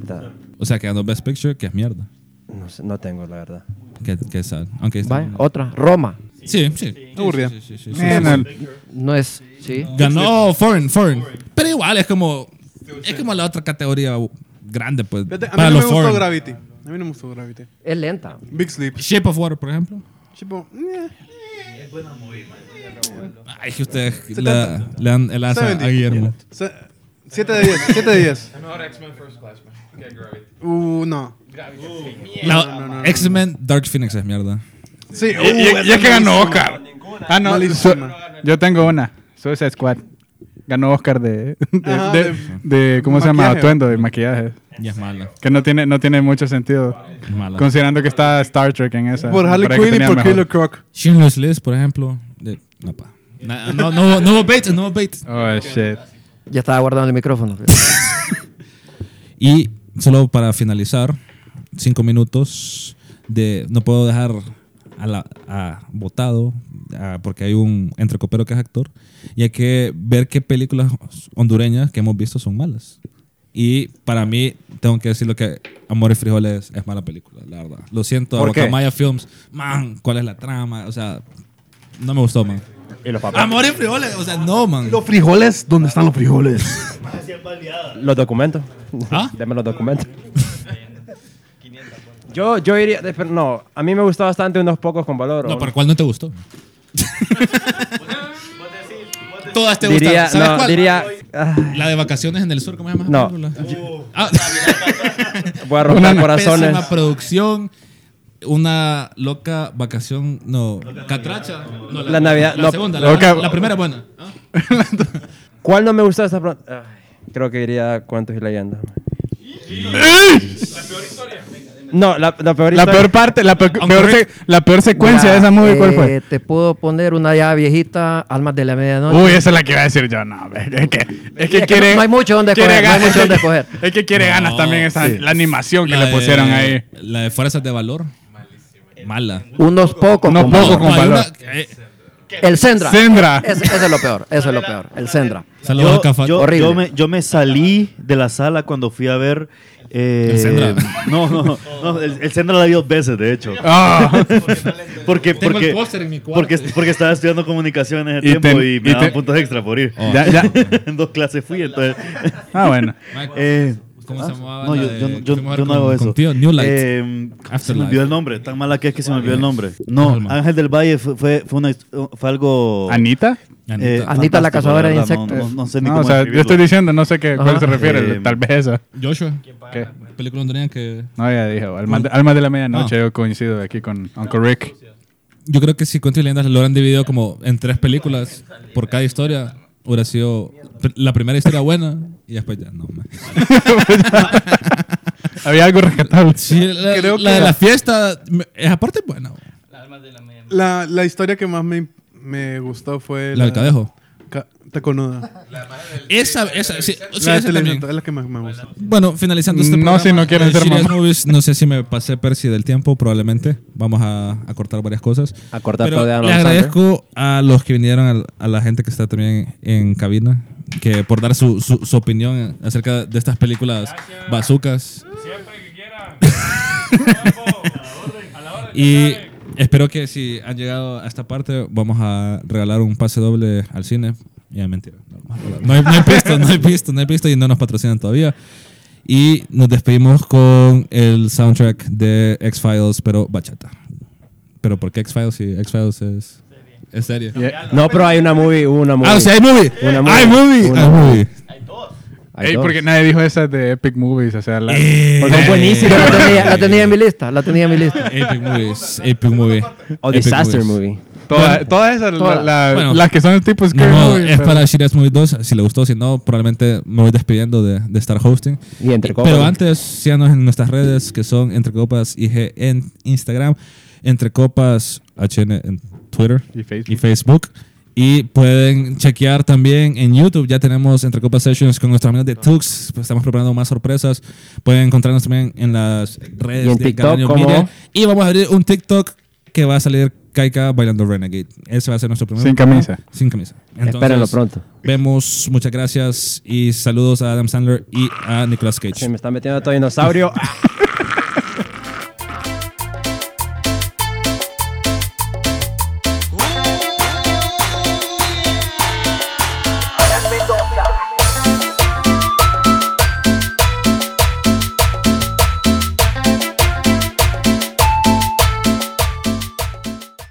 S3: Puta,
S1: O sea, que ganó Best Picture, que es mierda.
S3: No, sé, no tengo, la verdad.
S1: Que, que es sad. Aunque está-
S5: Vaya, otra. Roma.
S1: Sí, sí.
S4: aburrida
S1: Sí, sí, sí, sí.
S2: Eh, no,
S5: No es. Sí.
S1: Ganó Foreign, Foreign. Pero igual es como. Es como la otra categoría grande, pues.
S4: Fíjate, a mí
S1: Para
S4: no me
S1: los
S4: gustó
S1: Foreign.
S4: Gravity a mí no me gustó Gravity
S5: Es lenta.
S4: Big Sleep
S1: Shape of Water, por ejemplo.
S4: tipo eh,
S1: Ay, que ustedes le, le dan el asa a
S4: 70.
S1: Guillermo.
S4: se- 7 de 10 7 de 10 uh no
S1: La- X-Men Dark Phoenix es mierda.
S4: sí uh,
S2: Y, y- y es
S4: esa
S2: que ganó
S4: malísima.
S2: Oscar. Ah, no.
S4: Malísima.
S2: su- yo tengo una. Suicide Squad. ganó Oscar de, de,
S4: Ajá,
S2: de- de- ¿cómo se llama?
S4: maquillaje.
S2: Atuendo y maquillaje.
S1: Ya es mala.
S2: Que no tiene, no tiene mucho sentido.
S1: es mala.
S2: Considerando que está Star Trek en esa.
S4: Por
S2: me
S4: Harley
S2: parece que
S4: Quinn y
S2: tenía
S4: por
S2: mejor.
S4: Killer Croc.
S1: Schindler's List, por ejemplo. de- No, pa. Na- No, no, no, hubo bait, no hubo bait.
S2: Oh, shit.
S5: Ya estaba guardando el micrófono.
S1: Y solo para finalizar, cinco minutos de. No puedo dejar a la, a votado, a- porque hay un entrecopero que es actor, y hay que ver qué películas hondureñas que hemos visto son malas. Y para mí, tengo que decir lo que Amor y Frijoles es mala película, la verdad. Lo siento,
S3: ¿Por qué?
S1: Guacamaya Films, man, ¿cuál es la trama? O sea, no me gustó, man.
S3: Y los papeles.
S1: Amor y Frijoles, o sea, no, man.
S4: Los frijoles, ¿dónde están los frijoles?
S3: Los documentos.
S1: ¿Ah?
S3: Deme los documentos. yo, yo iría. de- pero No, a mí me gustó bastante unos pocos con valor.
S1: No,
S3: o-
S1: ¿por cuál no te gustó? Todas te
S3: diría,
S1: gustan. ¿Sabes
S3: no,
S1: cuál?
S3: diría. ah,
S1: La de vacaciones en el sur, ¿cómo se llama? esa
S3: No.
S1: película? Ah,
S3: voy a romper corazones.
S1: pésima producción. Una loca vacación, no, catracha. No,
S3: La Navidad,
S1: La
S3: no.
S1: segunda,
S2: Loca-
S1: la, la primera buena. Ah.
S3: ¿Cuál no me gustó esta pro- Ay, Creo que diría cuentos y leyendas. No, la, la peor
S2: La
S3: historia.
S2: peor parte, la peor,
S1: Aunque
S2: peor
S1: Rick-
S2: se- la peor secuencia de esa movie, ¿cuál fue?
S5: Eh, Te puedo poner una ya viejita, Almas de la Medianoche.
S2: Uy, esa es la que iba a decir yo. No, hombre, es que, es que
S5: no-
S2: quiere.
S5: no hay mucho donde
S2: quiere
S5: escoger, no hay
S2: ganas,
S5: mucho donde
S2: es que-
S5: escoger.
S2: Es que quiere ganas
S1: No,
S2: también esa,
S1: sí.
S2: la animación que
S1: La
S2: le
S1: de-
S2: pusieron ahí.
S1: La de Fuerzas de Valor. Mala.
S5: Unos pocos.
S2: Unos
S5: con
S2: pocos
S5: valor.
S2: con
S1: hay
S2: valor.
S1: una- eh,
S5: El Sendra.
S2: Sendra.
S5: Ese, ese es lo peor, eso es lo peor. El Sendra.
S1: Saludos
S7: Yo,
S1: a Cafat.
S7: yo-
S5: Horrible.
S7: yo me, yo me salí de la sala cuando fui a ver. eh,
S1: El Sendra.
S7: No, no, no, no, el, el Sendra la vi dos veces, de hecho.
S2: Ah.
S7: Porque,
S1: Tengo el
S7: porque,
S1: póster en mi cuarto.
S7: porque, porque estaba estudiando comunicación en ese
S2: Y
S7: tiempo
S2: te-
S7: y me
S2: y
S7: daban
S2: te-
S7: puntos extra por ir.
S1: Oh.
S2: Ya, ya.
S7: en dos clases fui, entonces.
S2: Ah, bueno.
S1: Michael,
S7: Eh,
S1: ¿Cómo se llamaba?
S7: No,
S1: la
S7: yo,
S1: de-
S7: yo,
S1: que
S7: yo,
S1: fuimos a
S7: yo
S1: ver
S7: no hago
S1: con-
S7: eso.
S1: con tío, New Light.
S7: Eh, se
S1: Afterlife.
S7: me olvidó el nombre. Tan mala que es que se me olvidó el nombre. No,
S1: Alma.
S7: Ángel del Valle fue, fue, fue una, fue algo...
S2: ¿Anita?
S1: Anita.
S7: eh,
S5: Anita la
S7: fantástico,
S5: cazadora de
S7: verdad, no-
S5: insectos.
S7: No, no sé ni
S2: No,
S7: cómo
S2: o sea, yo
S7: describirlo.
S2: estoy diciendo, no sé qué, cuál
S5: Ajá.
S2: se refiere,
S7: Eh,
S2: tal vez esa.
S1: Joshua.
S2: ¿Qué?
S1: Película hondureña que
S2: No, ya dije, almas de, Almas de la medianoche,
S1: No.
S2: yo coincido aquí con Uncle Rick.
S1: Yo creo que si Cuentos y Leyendas lo hubieran dividido como en tres películas por cada historia, hubiera sido pr- la primera historia buena y después ya no. man.
S2: Había algo rescatable.
S1: Sí, la,
S4: Creo
S1: la
S4: que-
S1: de la fiesta me- es aparte buena. güey.
S4: La, la historia que más me, me gustó fue...
S1: La del cadejo.
S4: Ca- Taconuda.
S1: Esa, esa, sí, sí,
S4: la de
S1: esa también.
S4: Television, es la que más me gusta.
S1: Bueno, finalizando este
S2: No,
S1: programa.
S2: si no quieren
S1: eh,
S2: ser
S1: Serious
S2: mamá.
S1: Movies, no sé si me pasé Percy del tiempo, probablemente. Vamos a, a cortar varias cosas.
S3: A cortar
S1: Pero
S3: todo de Adam
S1: Le
S3: Sandler.
S1: agradezco a los que vinieron, al- a, la gente que está también en cabina, que por dar su, su- su opinión acerca de estas películas bazucas. Y espero que si han llegado a esta parte, vamos a regalar un pase doble al cine. Ya, mentira. No, vamos a regalar. No hay, no hay pisto, no hay pisto, no hay pisto y no nos patrocinan todavía. Y nos despedimos con el soundtrack de X-Files, pero bachata. Pero ¿por qué X-Files? Si X-Files es, es serie.
S3: No, pero hay una movie, hubo una movie.
S1: Ah, o sea, hay movie.
S3: Una
S1: Hay
S3: movie.
S1: movie.
S3: Una
S1: Hay
S3: movie.
S1: movie.
S3: Hay
S2: Ey,
S3: dos.
S2: porque nadie dijo esas de Epic Movies, o sea, la...
S1: Eh,
S3: Porque son
S5: Yo
S3: buenísimas.
S5: la tenía, la tenía en mi lista, la tenía en mi lista.
S1: Epic Movies. Epic Movie.
S3: O
S1: Epic
S3: Oh, Disaster
S1: Movies.
S3: Movie.
S2: Todas todas esas, la-
S5: Todas.
S2: la-
S1: Bueno.
S2: las que son tipo
S1: Ni
S2: Scary
S1: modo,
S2: Movie,
S1: es
S2: pues, pero-
S1: para Shira's Movie 2. Si le gustó, si no, probablemente me voy despidiendo de, de estar hosting.
S3: Y entre copas.
S1: Pero antes, síganos en nuestras redes que son Entre Copas IG en Instagram, Entre Copas HN en Twitter
S2: Y Facebook.
S1: y Facebook. Y pueden chequear también en YouTube. Ya tenemos Entre Copas Sessions con nuestros amigos de Tux. Pues estamos preparando más sorpresas. Pueden encontrarnos también en las redes
S3: Y en
S1: de
S3: TikTok,
S1: Canario
S3: ¿cómo?
S1: Media. Y vamos a abrir un TikTok que va a salir Kaika bailando Renegade. Ese va a ser nuestro primer
S2: Sin
S1: programa.
S2: camisa.
S1: Sin camisa.
S3: Espérenlo pronto.
S1: Vemos, muchas gracias y saludos a Adam Sandler y a Nicolas Cage.
S3: Se me está metiendo todo dinosaurio.